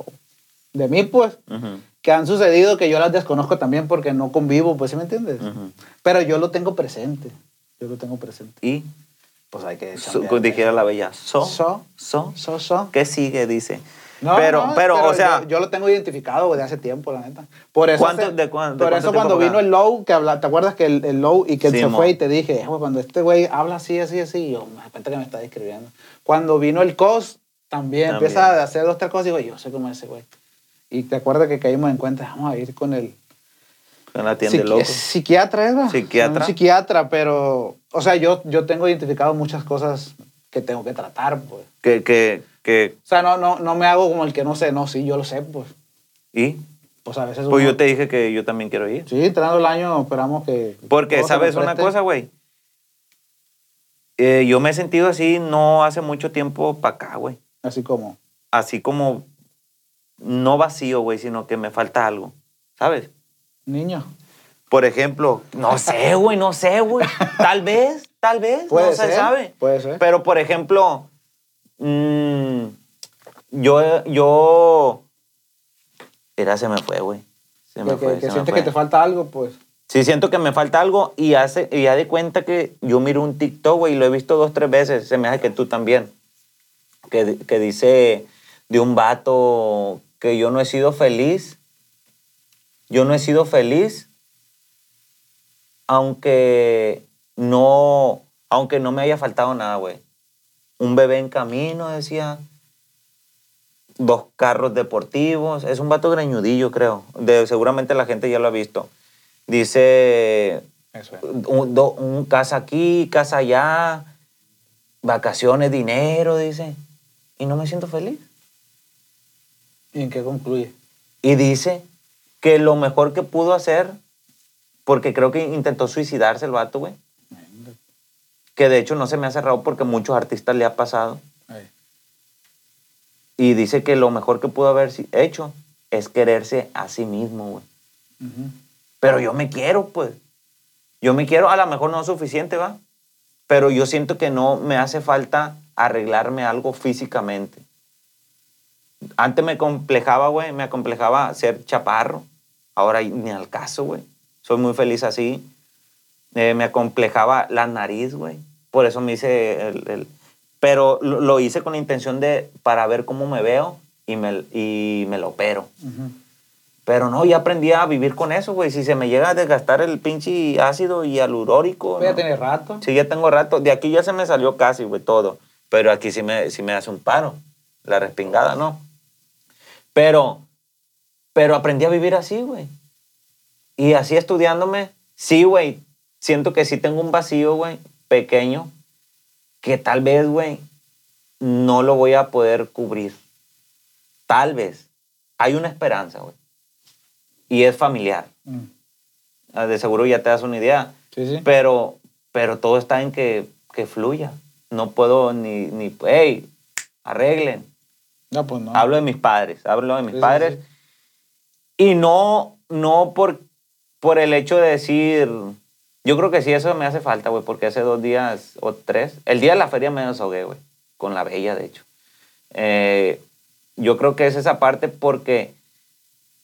de mí, pues,
Ujú.
que han sucedido que yo las desconozco también porque no convivo, pues, ¿sí me entiendes?
Ujú.
Pero yo lo tengo presente. Yo lo tengo presente.
Y
Pues hay que
so-
chambearle.
dijera la bella, so,
So.
so,
So, so.
¿Qué sigue? Dice.
No,
pero,
no,
pero, o sea,
Yo, yo lo tengo identificado güey, de hace tiempo, la neta. Por eso,
¿Cuánto-
hace-
de cuán- de
por
cuánto
eso
tiempo
cuando
para
vino
acá?
el low, que habla, ¿te acuerdas que el, el low y que él
Sí,
se
mo.
fue y te dije, "Eh, güey, cuando este güey habla así, así, así, y yo me di cuenta que me está describiendo. Cuando vino el cos, también,
También.
empieza a hacer dos, tres cosas y digo, yo sé cómo es ese güey. Y te acuerdas que caímos en cuenta, vamos a ir con el,
en la tienda de
Psiqui-
loco.
es Psiquiatra, ¿es? verdad?
Psiquiatra.
Un psiquiatra, pero. O sea, yo, yo tengo identificado muchas cosas que tengo que tratar, pues.
Que, que, que,
O sea, no, no, no me hago como el que no sé, no, sí, yo lo sé, pues.
¿y?
Pues a veces.
Pues
uno-
yo te dije que yo también quiero ir.
Sí, entrando el año, esperamos que.
Porque,
todo se
¿sabes una
complete.
cosa, güey? Eh, yo me he sentido así no hace mucho tiempo para acá, güey.
Así como.
Así como, no vacío, güey, sino que me falta algo, ¿sabes?
Niño.
Por ejemplo, no sé, güey, no sé, güey. Tal vez, tal vez,
Puede
no se
ser,
sabe.
puede ser.
Pero, por ejemplo, mm, yo, yo... Mira, se me fue, güey. Se me
que- que-
fue,
que
se me
sientes
fue.
que te falta algo, pues.
Sí, siento que me falta algo y, hace, y ya de cuenta que yo miro un TikTok, güey, y lo he visto dos, tres veces. Se me hace que tú también. Que, di- que dice de un vato que yo no he sido feliz. Yo no he sido feliz. Aunque no, aunque no me haya faltado nada, güey. Un bebé en camino, decía. Dos carros deportivos. Es un vato greñudillo, creo. De, seguramente la gente ya lo ha visto. Dice
Eso es.
un, do- un casa aquí, casa allá, vacaciones, dinero, dice. Y no me siento feliz.
¿Y en qué concluye?
Y dice que lo mejor que pudo hacer, porque creo que intentó suicidarse el vato, güey. Que de hecho no se me ha cerrado porque muchos artistas le ha pasado.
Ahí.
Y dice que lo mejor que pudo haber si- hecho es quererse a sí mismo, güey.
Ujú.
Pero yo me quiero, pues. Yo me quiero, a lo mejor no es suficiente, ¿va? Pero yo siento que no me hace falta arreglarme algo físicamente. Antes me complejaba, güey, me acomplejaba ser chaparro. Ahora ni al caso, güey. Soy muy feliz así. Eh, me acomplejaba la nariz, güey. Por eso me hice el... el- pero lo, lo hice con la intención de, para ver cómo me veo y me, y me lo opero.
Ujú.
Pero no, ya aprendí a vivir con eso, güey. Si se me llega a desgastar el pinche ácido y alurórico.
Voy a
¿no?
tener rato.
Sí, ya tengo rato. De aquí ya se me salió casi, güey, todo. Pero aquí sí me, sí me hace un paro. La respingada, ¿no? Pero, pero aprendí a vivir así, güey. Y así estudiándome, sí, güey. Siento que sí tengo un vacío, güey, pequeño, que tal vez, güey, no lo voy a poder cubrir. Tal vez. hay una esperanza, güey. Y es familiar.
Mm.
Ah, De seguro ya te das una idea.
Sí, sí.
Pero, pero todo está en que, que fluya. No puedo ni, ni hey, arreglen.
No, pues no.
Hablo de mis padres, hablo de mis
Sí, sí,
padres.
sí.
Y no, no por, por el hecho de decir, yo creo que sí, eso me hace falta, güey, porque hace dos días o tres, el día de la feria me desahogué, güey, con la bella, de hecho. Eh, yo creo que es esa parte porque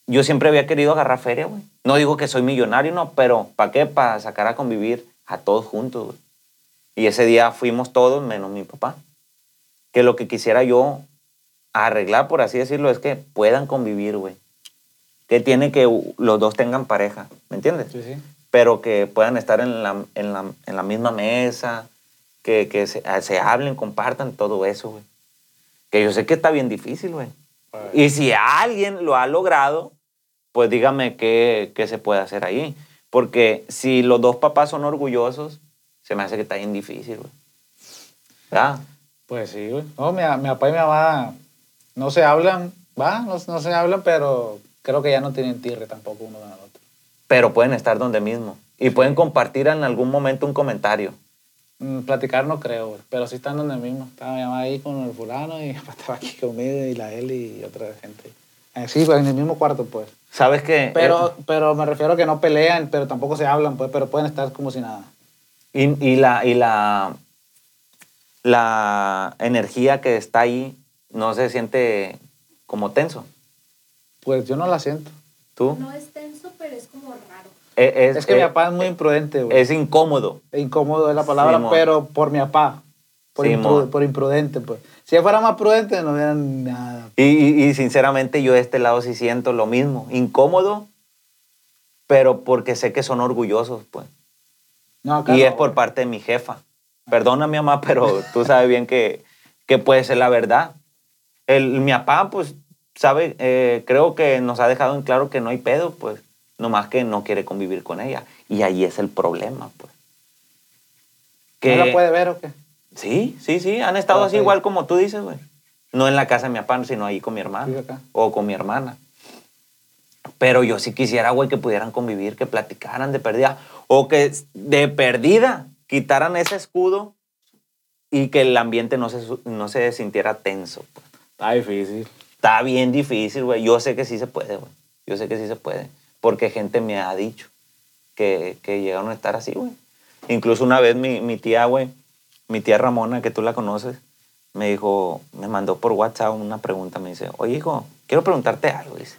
yo siempre había querido agarrar feria, güey. No digo que soy millonario, no, pero ¿para qué? Para sacar a convivir a todos juntos, güey. Y ese día fuimos todos, menos mi papá. Que lo que quisiera yo arreglar, por así decirlo, es que puedan convivir, güey. Que tiene que u- los dos tengan pareja, ¿me entiendes?
Sí, sí.
Pero que puedan estar en la, en la, en la misma mesa, que, que se, a- se hablen, compartan todo eso, güey. Que yo sé que está bien difícil, güey. Y si alguien lo ha logrado, pues dígame qué, qué se puede hacer ahí. Porque si los dos papás son orgullosos, se me hace que está bien difícil, güey. ¿Verdad?
Pues sí, güey. No, mi, mi papá y mi mamá no se hablan, va, no, no se hablan, pero creo que ya no tienen tirre tampoco uno con el otro.
pero pueden estar donde mismo y pueden compartir en algún momento un comentario.
Mm, Platicar no creo, güey, pero sí están donde mismo. Estaba mi mamá ahí con el fulano y mi papá estaba aquí conmigo y la Eli y otra gente. Eh, Sí, pues en el mismo cuarto, pues.
¿Sabes qué? Eh,
Pero, pero me refiero a que no pelean, pero tampoco se hablan, pues, pero pueden estar como si nada.
Eh, y, y la, y la, la energía que está ahí no se siente como tenso.
Pues yo no la siento.
¿Tú?
No es tenso, pero es como raro.
Eh,
Es, que mi
eh,
papá es muy imprudente, güey.
es incómodo.
incómodo es la palabra,
Simón.
pero por mi papá. Por,
Simón.
impru- por imprudente, pues. Si yo fuera más prudente, no hubieran nada.
Y, y- y sinceramente yo de este lado sí siento lo mismo. Incómodo, pero porque sé que son orgullosos, pues.
No, acá
Y
no,
es por
güey.
parte de mi jefa. Perdona, mi mamá, pero tú sabes bien que, que puede ser la verdad. El, mi papá, pues, sabe, eh, creo que nos ha dejado en claro que no hay pedo, pues, nomás que no quiere convivir con ella. Y ahí es el problema, pues.
¿No la puede ver o qué?
Sí, sí, sí, han estado así
Ok.
igual como tú dices, güey. No en la casa de mi papá, sino ahí con mi
Sí,
hermano
acá.
o con mi hermana. Pero yo sí quisiera, güey, que pudieran convivir, que platicaran de perdida o que de perdida quitaran ese escudo y que el ambiente no se, su- no se sintiera tenso. pues.
Está difícil.
Está bien difícil, güey. Yo sé que sí se puede, güey. Yo sé que sí se puede. Porque gente me ha dicho que, que llegaron a estar así, güey. Incluso una vez mi, mi tía, güey, mi tía Ramona, que tú la conoces, me dijo, me mandó por WhatsApp una pregunta. Me dice, oye, hijo, quiero preguntarte algo. Dice.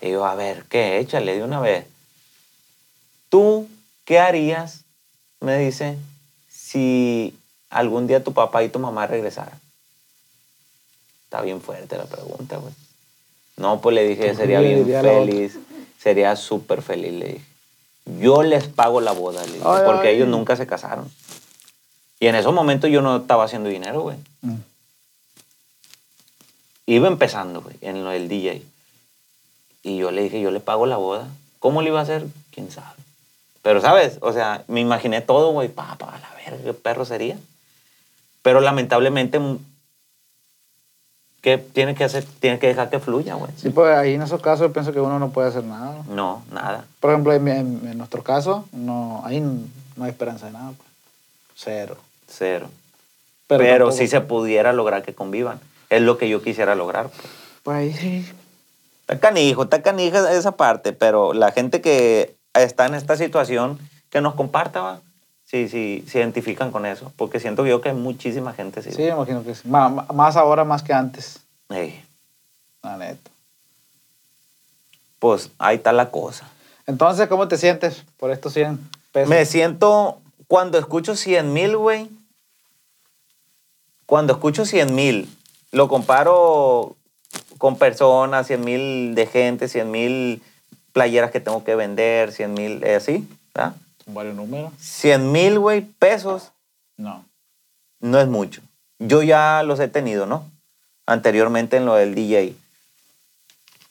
Y yo, a ver, ¿qué? Échale de una vez. ¿Tú qué harías? Me dice, si algún día tu papá y tu mamá regresaran. Está bien fuerte la pregunta, güey. No, pues le dije, sería
Le
bien
diría la otra.
feliz. Sería súper feliz, le dije. Yo les pago la boda, le dije,
Ay,
porque
ay.
ellos nunca se casaron. Y en esos momentos yo no estaba haciendo dinero, güey.
Mm.
Iba empezando, güey, en lo del DJ. Y yo le dije, yo le pago la boda. ¿Cómo le iba a hacer? ¿Quién sabe? Pero, ¿sabes? O sea, me imaginé todo, güey. Pa, pa, la verga, qué perro sería. Pero lamentablemente, mm, ¿qué tiene que hacer? Tiene que dejar que fluya, güey.
Sí, pues ahí en esos casos yo pienso que uno no puede hacer nada.
No, nada.
Por ejemplo, en, en- en nuestro caso, no, ahí no hay esperanza de nada. pues. Cero.
Cero. Pero,
tampoco-
si se pudiera lograr que convivan. Es lo que yo quisiera lograr. pues.
Pues ahí sí.
Está canijo, está canija esa parte, pero la gente que está en esta situación, que nos comparta, va. Sí, sí, se identifican con eso. Porque siento yo que hay muchísima gente así.
Sí, me imagino que sí. Ma- ma- más ahora, más que antes.
Ey,
La neta.
pues ahí está la cosa.
Entonces, ¿cómo te sientes por estos 100 pesos?
Me siento, cuando escucho 100 mil, güey, cuando escucho 100 mil, lo comparo con personas, 100 mil de gente, 100 mil playeras que tengo que vender, 100 mil, eh, así, ¿verdad?
¿Son varios números?
100 mil, güey, pesos
No.
no es mucho. Yo ya los he tenido, ¿no? Anteriormente en lo del DJ.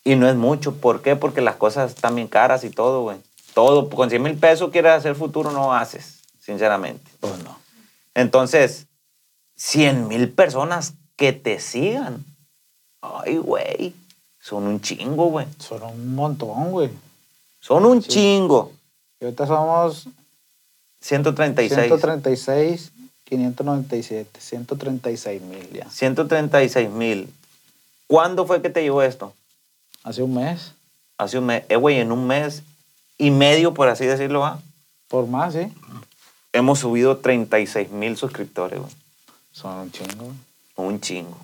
Y no es mucho. ¿Por qué? Porque las cosas están bien caras y todo, güey. Todo. Con 100 mil pesos quieres hacer futuro, no haces, sinceramente.
Pues no.
Entonces, 100 mil personas que te sigan. Ay, güey. Son un chingo, güey.
Son un montón, güey.
Son un
Sí.
chingo.
Y ahorita somos
136.
136, 597, 136 mil ya.
136 mil. ¿Cuándo fue que te llegó esto?
Hace un mes,
Hace un mes. Eh, güey, en un mes y medio, por así decirlo, ¿va?
por más, ¿sí?
hemos subido 36 mil suscriptores, güey.
Son un chingo. güey.
Un chingo.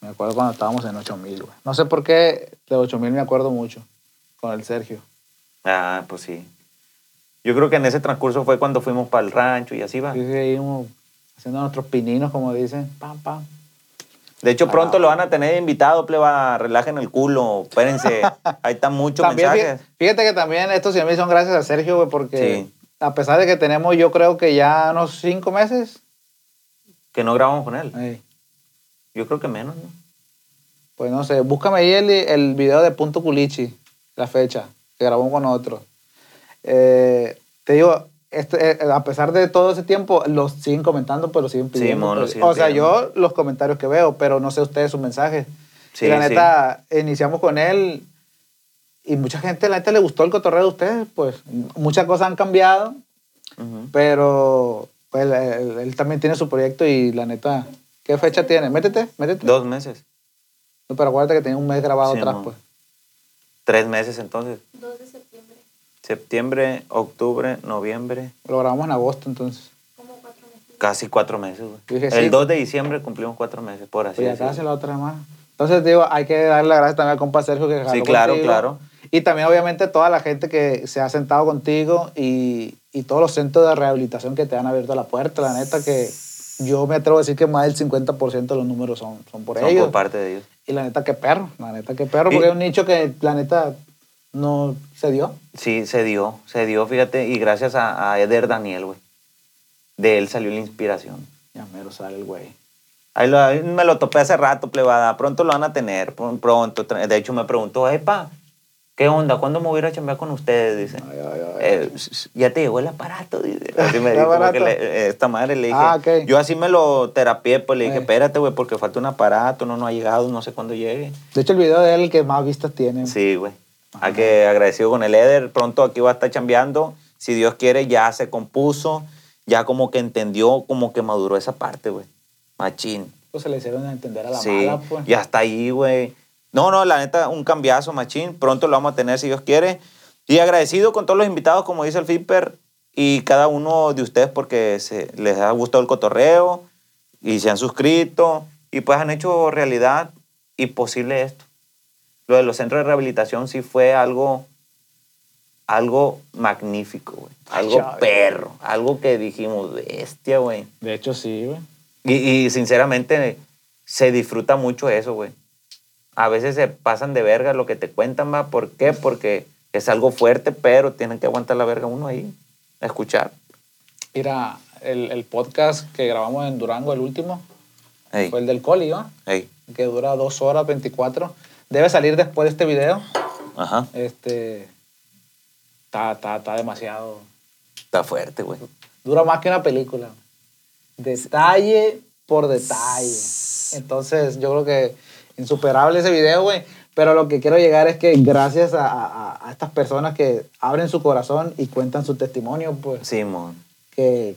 Me acuerdo cuando estábamos en 8 mil, güey. No sé por qué de 8 mil me acuerdo mucho, con el Sergio.
Ah, pues sí. Yo creo que en ese transcurso fue cuando fuimos para el rancho y así va.
Sí, sí, ahí como haciendo nuestros pininos, como dicen, pam, pam.
De hecho, pronto
Ah.
lo van a tener invitado, pleba. Relajen el culo, espérense. Ahí están muchos
También,
mensajes.
fíjate, fíjate que también estos 100 mil son gracias a Sergio, güey, porque
Sí.
a pesar de que tenemos, yo creo que ya unos 5 meses,
Que no grabamos con él.
eh,
Yo creo que menos, ¿no?
pues no sé, búscame ahí el, el video de Punto Culichi, la fecha, que grabó con nosotros. Eh, te digo, este, eh, a pesar de todo ese tiempo, los siguen comentando, pero siguen pidiendo.
mon, los
pues.
siguen
o sea,
pidiendo.
yo los comentarios que veo, pero no sé ustedes sus mensajes.
Sí,
y la
sí.
neta, iniciamos con él y mucha gente, la neta, le gustó el cotorreo de ustedes, pues muchas cosas han cambiado,
Ujú.
pero pues, él, él- él también tiene su proyecto y la neta, ¿qué fecha tiene? Métete, métete.
Dos meses.
No, pero acuérdate que tenía un mes grabado
Sí,
atrás,
mon.
pues.
Tres meses entonces.
2 de septiembre,
Septiembre, octubre, noviembre.
Lo grabamos en agosto, entonces.
como cuatro meses.
Casi cuatro meses, güey.
Dije,
el
sí.
2 de diciembre cumplimos cuatro meses, por así
Pues ya
decirlo.
casi la otra más. Entonces, digo, hay que darle las gracias también al compa Sergio que jaló
claro,
contigo.
claro.
Y también, obviamente, toda la gente que se ha sentado contigo y, y todos los centros de rehabilitación que te han abierto la puerta. La neta que yo me atrevo a decir que más del 50% de los números son, son por
Son
ellos.
por parte de ellos.
Y la neta que perro, la neta que perro,
Y-
porque es un nicho que la neta no se dio.
Sí, se dio, se dio, fíjate, y gracias a, a Eder Daniel, güey. De él salió la inspiración.
Ya mero sale el güey.
Ahí, lo- ahí me lo topé hace rato, plebada. Pronto lo van a tener, pr- pronto. Tra- De hecho, me preguntó, epa, ¿qué onda? ¿Cuándo me voy a ir a chambear con ustedes? Dice.
Ay, ay, ay.
Eh, s- s- ya te llegó el aparato, dice. Así me
¿El
dijo,
aparato?
porque le- eh, esta madre le dije.
Ah, ok.
Yo así me lo terapié, pues le dije,
Eh.
espérate, güey, porque falta un aparato, no, no ha llegado, no sé cuándo llegue.
De hecho, el video de él el que más vistas tiene.
Sí, güey. A que agradecido con el Eder. Pronto aquí va a estar chambeando. Si Dios quiere, ya se compuso. Ya como que entendió, como que maduró esa parte, güey. Machín.
Pues se le hicieron entender a la
Sí.
mala, pues.
Ya está ahí, güey. No, no, la neta, un cambiazo, machín. Pronto lo vamos a tener, si Dios quiere. Y agradecido con todos los invitados, como dice el Flipper, y cada uno de ustedes porque se, les ha gustado el cotorreo y se han suscrito y pues han hecho realidad y posible esto lo de los centros de rehabilitación sí fue algo algo magnífico, güey. Algo
Chale.
perro, algo que dijimos, bestia, güey.
De hecho, sí, güey.
Y, y sinceramente se disfruta mucho eso, güey. A veces se pasan de verga lo que te cuentan, va. ¿Por qué? Porque es algo fuerte, pero tienen que aguantar la verga uno ahí, a escuchar.
Mira, el, el podcast que grabamos en Durango, el último,
Ey,
fue el del Coli, ¿no?
ey,
Que dura dos horas 24. Debe salir después de este video.
ajá,
Este. Está, está, está demasiado.
está fuerte, güey.
Dura más que una película. Detalle por detalle. Entonces, yo creo que insuperable ese video, güey. Pero lo que quiero llegar es que gracias a, a- a estas personas que abren su corazón y cuentan su testimonio, pues.
Simón,
que,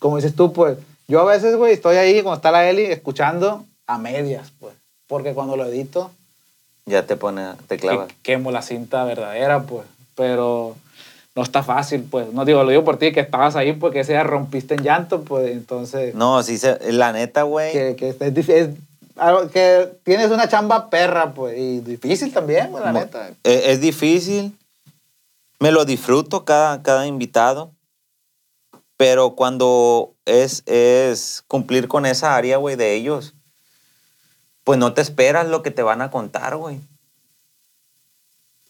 como dices tú, pues, yo a veces, güey, estoy ahí cuando está la Eli escuchando a medias, pues, porque cuando lo edito,
ya te pone, te clava.
que- quemo la cinta verdadera, pues, pero no está fácil, pues, no digo, lo digo por ti, que estabas ahí, pues, que ese día rompiste en llanto, pues, entonces,
No, sí, se, la neta, güey.
que, que es, dif- es algo que tienes una chamba perra, pues, y difícil también, güey, la
Mo-
neta.
e- Es, difícil. Me lo disfruto cada, cada invitado. Pero cuando es, es cumplir con esa área, güey, de ellos, pues no te esperas lo que te van a contar, güey.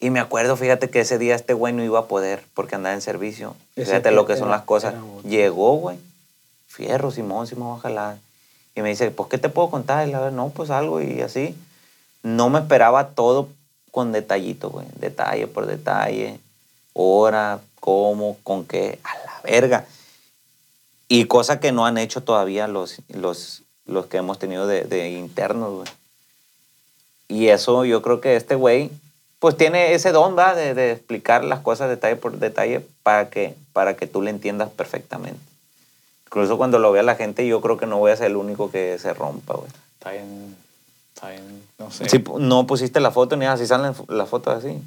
Y me acuerdo, fíjate que ese día este güey no iba a poder porque andaba en servicio.
Ese
Fíjate lo que son
era-
las cosas.
era otro.
Llegó, güey. Fierro, Simón, Simón, ojalá. Y me dice, pues, ¿qué te puedo contar? Y la verdad, no, pues algo y así. No me esperaba todo con detallito, güey. Detalle por detalle. Hora, cómo, con qué. A la verga. Y cosa que no han hecho todavía los, los, los que hemos tenido de, de internos, güey. Y eso yo creo que este güey, pues tiene ese don, ¿va? De, de explicar las cosas detalle por detalle para que, para que tú le entiendas perfectamente. Incluso cuando lo vea la gente, yo creo que no voy a ser el único que se rompa, güey.
Está bien, está bien, no sé.
Si pu- no pusiste la foto ni nada, si salen f- las fotos así,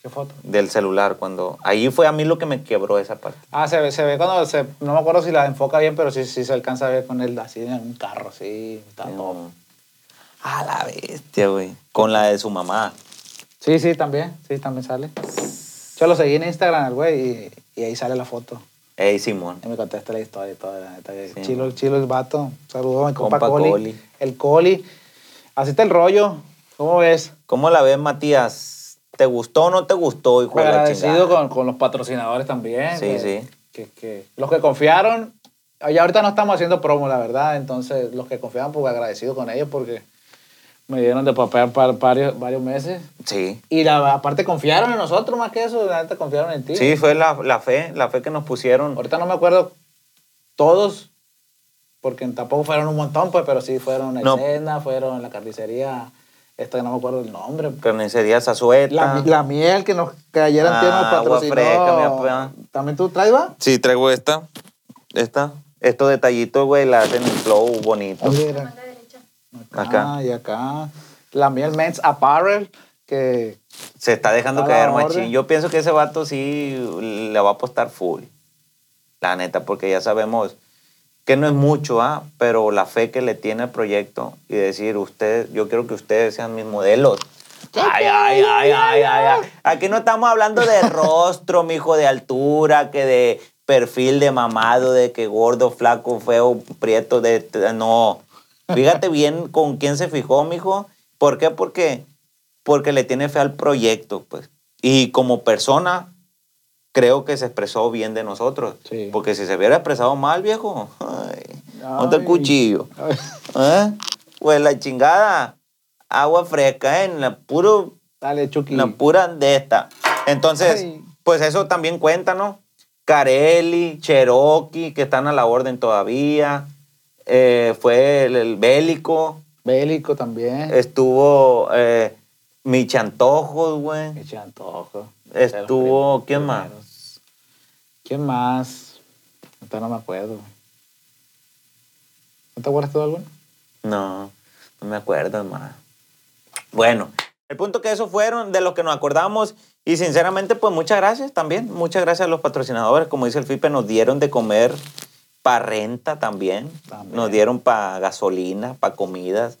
¿Qué foto?
del celular, cuando... Ahí fue a mí lo que me quebró esa parte.
Ah, se ve, se ve cuando se, no me acuerdo si la enfoca bien, pero sí, sí se alcanza a ver con él así en un carro, sí, está todo.
Eh, A la bestia, güey. Con la de su mamá.
Sí, sí, también, sí, también sale. Yo lo seguí en Instagram al güey y, y ahí sale la foto.
Ey, Simón.
Y me contesta la historia y todo, la neta, que
Sí,
chilo, chilo el vato. Saludos a mi compa,
Compa
Coli.
Coli.
El Coli. Así está el rollo. ¿Cómo ves?
¿Cómo la ves, Matías? ¿Te gustó o no te gustó, hijo de la
Agradecido
chingada?
con, con los patrocinadores también.
Sí,
que-
sí.
Que, que- los que confiaron, ya ahorita no estamos haciendo promo, la verdad, entonces los que confiaron, pues agradecido con ellos porque me dieron de papel para varios, varios meses.
Sí.
Y la, aparte confiaron en nosotros más que eso, la neta confiaron en ti.
Sí, fue la, la fe, la fe que nos pusieron.
Ahorita no me acuerdo todos, porque tampoco fueron un montón, pues, pero sí fueron
No.
escena, fueron la carnicería, esta que no me acuerdo el nombre.
Carnicería Zazueta.
La, la miel que nos cayera en tierra
Ah,
nos
agua
patrocinó.
fresca, mi apa.
¿También tú traes, va?
Sí, traigo esta. Esta. Estos detallitos, güey, la hacen en flow bonito.
Oye,
la
era
manga derecha.
acá Ah, y acá. La miel Men's Apparel, que
Se está dejando
A la
caer,
orden.
machín. Yo pienso que ese vato sí le va a apostar full. La neta, porque ya sabemos que no es mucho, ¿ah? pero la fe que le tiene al proyecto y decir, ustedes, yo quiero que ustedes sean mis modelos. Ay, ay, ay, ay, ay, ay. Aquí no estamos hablando de rostro, mijo, de altura, que de perfil de mamado, de que gordo, flaco, feo, prieto, de. No. Fíjate bien con quién se fijó, mijo. ¿Por qué? Porque porque le tiene fe al proyecto, pues. Y como persona, creo que se expresó bien de nosotros.
Sí.
Porque si se hubiera expresado mal, viejo, ay, ponte el
Ay.
cuchillo.
ay,
¿eh? Pues la chingada, agua fresca, ¿eh? en la, puro,
dale, Chucky.
en la pura de esta. Entonces,
Ay.
pues eso también cuenta, ¿no? Carelli, Cherokee, que están a la orden todavía. Eh, fue el- el bélico,
Bélico también.
Estuvo eh, Michi Antojos, güey.
Me eché antojo.
Estuvo, ¿quién más?
más? ¿Quién más? Ahorita no me acuerdo. güey. ¿No te acuerdas tú de alguno?
No, no me acuerdo más. Bueno, el punto que esos fueron de los que nos acordamos y sinceramente pues muchas gracias también, muchas gracias a los patrocinadores, como dice el Fipe, nos dieron de comer para renta también,
También.
nos dieron para gasolina, para comidas,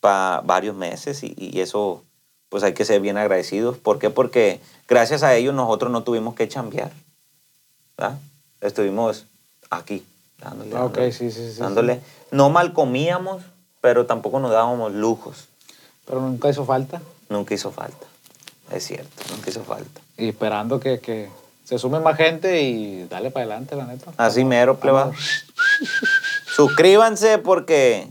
para varios meses y, y eso pues hay que ser bien agradecidos. ¿Por qué? Porque gracias a ellos nosotros no tuvimos que chambear. ¿verdad? Estuvimos aquí, dándole.
Ah, ok,
dándole,
sí, sí, sí, sí.
dándole. No mal comíamos, pero tampoco nos dábamos lujos.
Pero nunca hizo falta.
Nunca hizo falta. Es cierto, nunca hizo falta.
Y esperando que, que se sume más gente y dale para adelante, la neta.
Así mero, pleba. Suscríbanse porque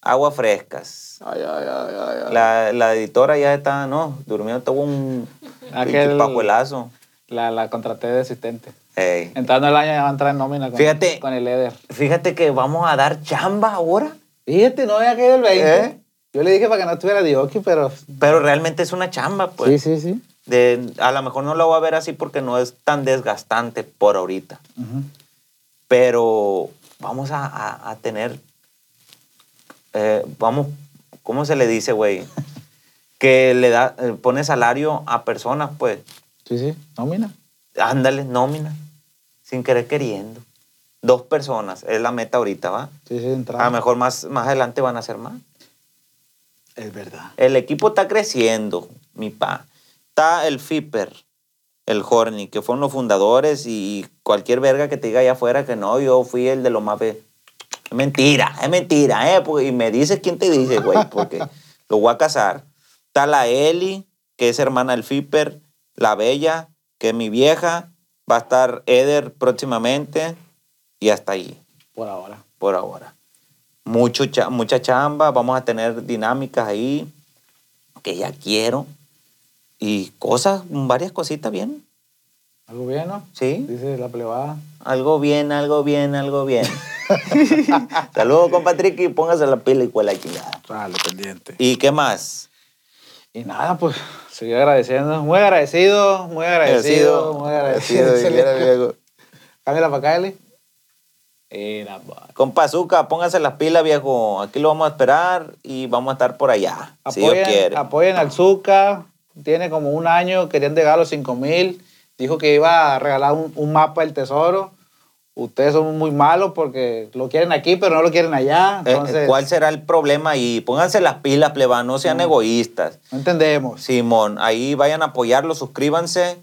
aguas frescas.
Ay, ay, ay, ay, ay.
La, la editora ya está, no, durmiendo todo un
Aquel-
pinche pajuelazo.
La, la contraté de asistente.
Ey.
Entrando el año ya va a entrar en nómina con,
Fíjate.
con el Eder.
Fíjate que vamos a dar chamba ahora,
Fíjate, no había caído el 20.
¿Eh?
Yo le dije para que no estuviera Dioki, pero...
pero realmente es una chamba, pues.
sí, sí, sí.
De- a lo mejor no la voy a ver así porque no es tan desgastante por ahorita.
Ujú.
pero vamos a, a- a tener, eh, vamos, ¿cómo se le dice, güey? Que le da, eh, pone salario a personas, pues,
Sí, sí, nómina.
ándale, nómina, sin querer queriendo. Dos personas, es la meta ahorita, ¿va?
Sí, sí, entraba.
A lo mejor más, más adelante van a ser más.
Es verdad.
El equipo está creciendo, mi pa. Está el Fiper, el Horny, que fueron los fundadores y cualquier verga que te diga allá afuera que no, yo fui el de los más... fe- Es mentira, es mentira, ¿eh? Porque- y me dices quién te dice, güey, porque lo voy a casar. Está la Eli, que es hermana del Fiper, la Bella, que es mi vieja, va a estar Eder próximamente y hasta ahí
Por ahora.
por ahora. Mucho cha- mucha chamba, vamos a tener dinámicas ahí que ya quiero y cosas, varias cositas bien.
¿Algo bien, no?
¿Sí?
Dice la plebada.
Algo bien, algo bien, algo bien. Saludos, compatriqui, póngase la pila y cuela chingada.
Vale, pendiente.
¿Y qué más?
Y nada, pues, seguí agradeciendo. Muy agradecido, muy agradecido, muy agradecido.
dijera Diego.
Cámbiala para acá, Eli. Era, pa.
Compa Zucca, póngase las pilas, viejo. Aquí lo vamos a esperar y vamos a estar por allá. si Dios
Apoyen,
quiere.
apoyen al Zucca. Tiene como un año, querían llegar a los 5 mil. Dijo que iba a regalar un, un mapa del tesoro. Ustedes son muy malos porque lo quieren aquí, pero no lo quieren allá.
Eh,
Entonces, Mm.
¿Cuál será el problema ahí? Pónganse las pilas, pleba, no sean egoístas.
no entendemos.
Simón, ahí vayan a apoyarlo, suscríbanse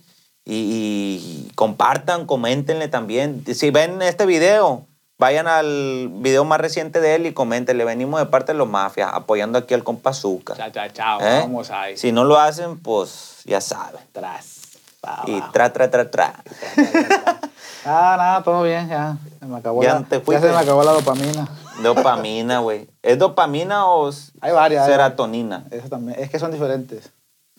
y, y compartan, coméntenle también. Si ven este video, vayan al video más reciente de él y coméntenle. Venimos de parte de los mafias, apoyando aquí al compa Zucca.
Chao, chao, chao.
¿Eh?
Vamos ahí.
Si no lo hacen, pues ya saben.
Tras. pa,
Y
abajo.
tra, tra, tra, tra.
Ah, nada, todo bien, ya. Se me acabó
Ya
la,
te
ya
fuiste.
se me acabó la dopamina.
Dopamina, güey. ¿Es dopamina o s-
Hay varias, hay
serotonina?
Eso también. Es que son diferentes.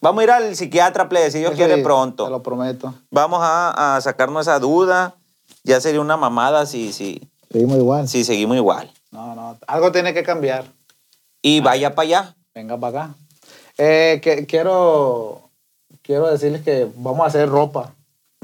Vamos a ir al psiquiatra, plebe, si Dios
Eso
quiere
sí,
pronto.
Te lo prometo.
Vamos a, a sacarnos esa duda. Ya sería una mamada si, si,
Seguimos igual.
si seguimos igual.
No, no. Algo tiene que cambiar.
Y vaya para allá.
Venga para acá. Eh, que, quiero, quiero decirles que vamos a hacer ropa.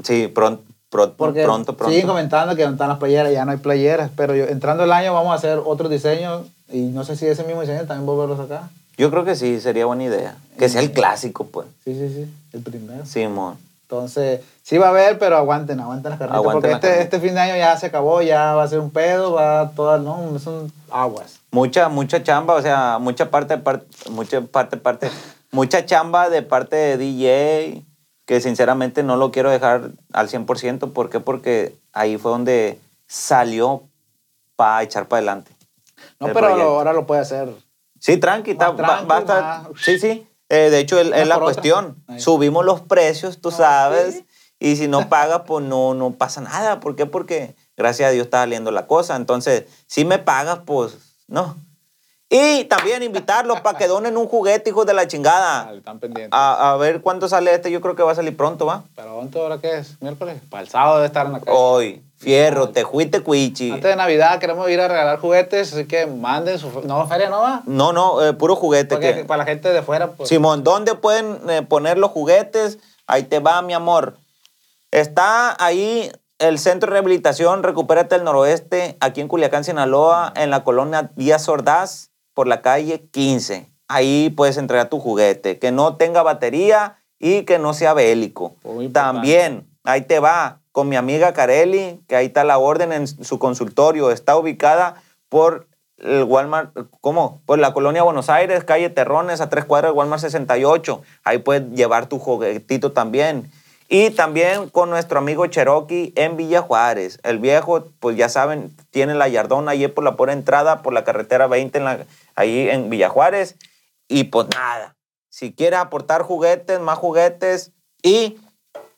Sí, pronto, pronto,
Porque
pronto. pronto.
siguen comentando que no están las playeras, ya no hay playeras. Pero yo- entrando el año vamos a hacer otro diseño. Y no sé si ese mismo diseño también volverlos acá.
Yo creo que sí, sería buena idea. Que sea el clásico, pues.
Sí, sí, sí. El primero.
Simón.
Entonces, sí va a haber, pero aguanten, aguanten las carnitas.
Aguanten
porque
las
este,
carnitas.
este fin de año ya se acabó, ya va a ser un pedo, va todas, no, son aguas.
Mucha, mucha chamba, o sea, mucha parte, parte mucha parte, parte, mucha chamba de parte de DJ, que sinceramente no lo quiero dejar al 100%. ¿Por qué? Porque ahí fue donde salió para echar para adelante.
No,
El
pero lo-
proyecto.
ahora lo puede hacer.
Sí, tranqui,
Más
está- va-
tranqui,
va a estar-
más-
Sí, sí. Eh, de hecho, el-
Una
es la
por otra.
cuestión.
Ahí.
Subimos los precios, tú
Ah,
sabes.
¿sí?
Y si no pagas, pues no, no pasa nada. ¿Por qué? Porque gracias a Dios está saliendo la cosa. Entonces, si me pagas, pues no. Y también invitarlos para que donen un juguete, hijos de la chingada.
Dale, están pendientes.
A, a ver cuánto sale este. Yo creo que va a salir pronto, ¿va?
Pero ¿cuánto ahora qué es? ¿Miércoles? Para el sábado debe estar en la calle.
Hoy. Fierro, te juiste, cuichi.
Antes de Navidad queremos ir a regalar juguetes, así que manden su... No, feria no va.
No, no, eh, puro juguete.
Porque
que-
para la gente de fuera, pues...
Simón, ¿dónde pueden eh, poner los juguetes? Ahí te va, mi amor. Está ahí el Centro de Rehabilitación Recupérate del Noroeste, aquí en Culiacán, Sinaloa, en la colonia Díaz Ordaz, por la calle 15. Ahí puedes entregar tu juguete, que no tenga batería y que no sea bélico.
Muy importante.
También, ahí te va, con mi amiga Carelli, que ahí está la orden en su consultorio. Está ubicada por el Walmart, ¿cómo? Por la colonia Buenos Aires, calle Terrones, a tres cuadras del Walmart 68. Ahí puedes llevar tu juguetito también. Y también con nuestro amigo Cherokee en Villa Juárez. El viejo, pues ya saben, tiene la Yardona ahí por la pura entrada, por la carretera 20, en la- ahí en Villa Juárez. Y pues nada, si quieres aportar juguetes, más juguetes y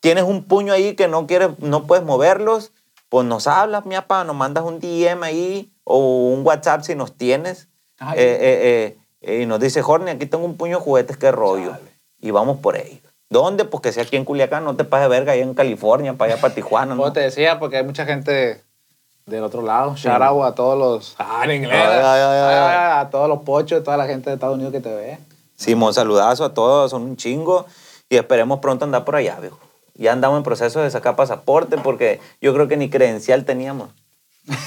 tienes un puño ahí que no quieres, no puedes moverlos, pues nos hablas, mi papá, nos mandas un DM ahí o un WhatsApp si nos tienes.
Ay.
Eh, eh, eh, y nos dice, Jorge, aquí tengo un puño de juguetes, qué rollo.
Chale.
Y vamos por ellos. ¿Dónde? Pues que sea aquí en Culiacán, no te pases verga, allá en California, para allá, para Tijuana. ¿no?
Como te decía, porque hay mucha gente del otro lado. Shout out a todos los... Ah, en inglés.
Ay, ay, ay, ay.
A todos los pochos, toda la gente de Estados Unidos que te ve.
Simón, saludazo a todos, son un chingo y esperemos pronto andar por allá, viejo. Ya andamos en proceso de sacar pasaporte porque yo creo que ni credencial teníamos.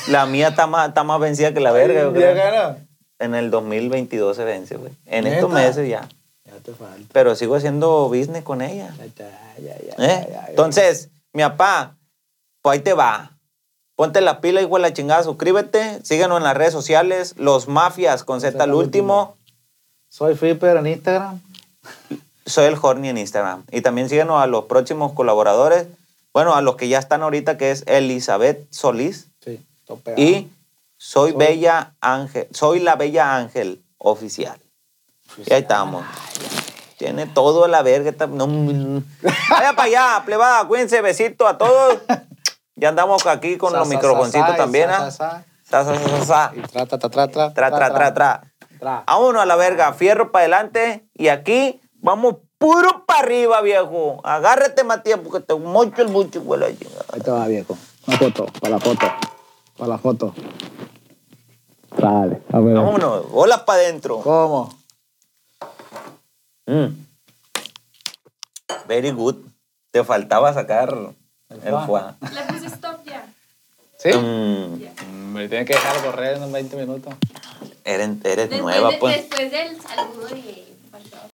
La mía está más, está más vencida que la verga, yo creo. En el 2022 se vence, güey. En
¿Neta?
estos meses ya.
Ya te falta.
Pero sigo haciendo business con ella.
Ya, ya, ya, ya,
¿eh?
ya, ya.
Entonces, mi papá, pues ahí te va. Ponte la pila, hijo de la chingada, suscríbete. Síguenos en las redes sociales. Los Mafias con Z al último.
Soy Flipper en Instagram.
Soy el Horny en Instagram. Y también síguenos a los próximos colaboradores. Bueno, a los que ya están ahorita, que es Elizabeth Solís.
Sí, todo pegado.
Y soy
Soy-
Bella Ángel. Soy la Bella Ángel oficial. Y ahí estamos. Tiene todo a la verga. esta- no, no, no. Vaya para allá, plebada. Cuídense, besito a todos. Ya andamos aquí con
Sa,
los
sa,
microfoncitos
sa, sa,
también.
sa,
¿ah?
sa, sa.
Sa, sa, sa, sa.
Y tra, tra, tra, tra, tra,
Tra, tra, tra, tra.
tra.
A uno a la verga. Fierro para adelante. Y aquí vamos puro para arriba, viejo. Agárrate, Matías, porque te mocho el bucho, güey, la chingada.
Ahí te va, viejo. Una foto, para la foto. Para la foto. Dale, a ver.
Vámonos, bolas para adentro.
¿Cómo?
Mm. Very good. Te faltaba sacar
El
el
foie.
foie.
Le puse stop ya.
¿Sí?
Mm,
Me tiene que dejar correr en unos 20 minutos.
Eres, eres
Después,
nueva,
de-
pues.
después del saludo y pasó.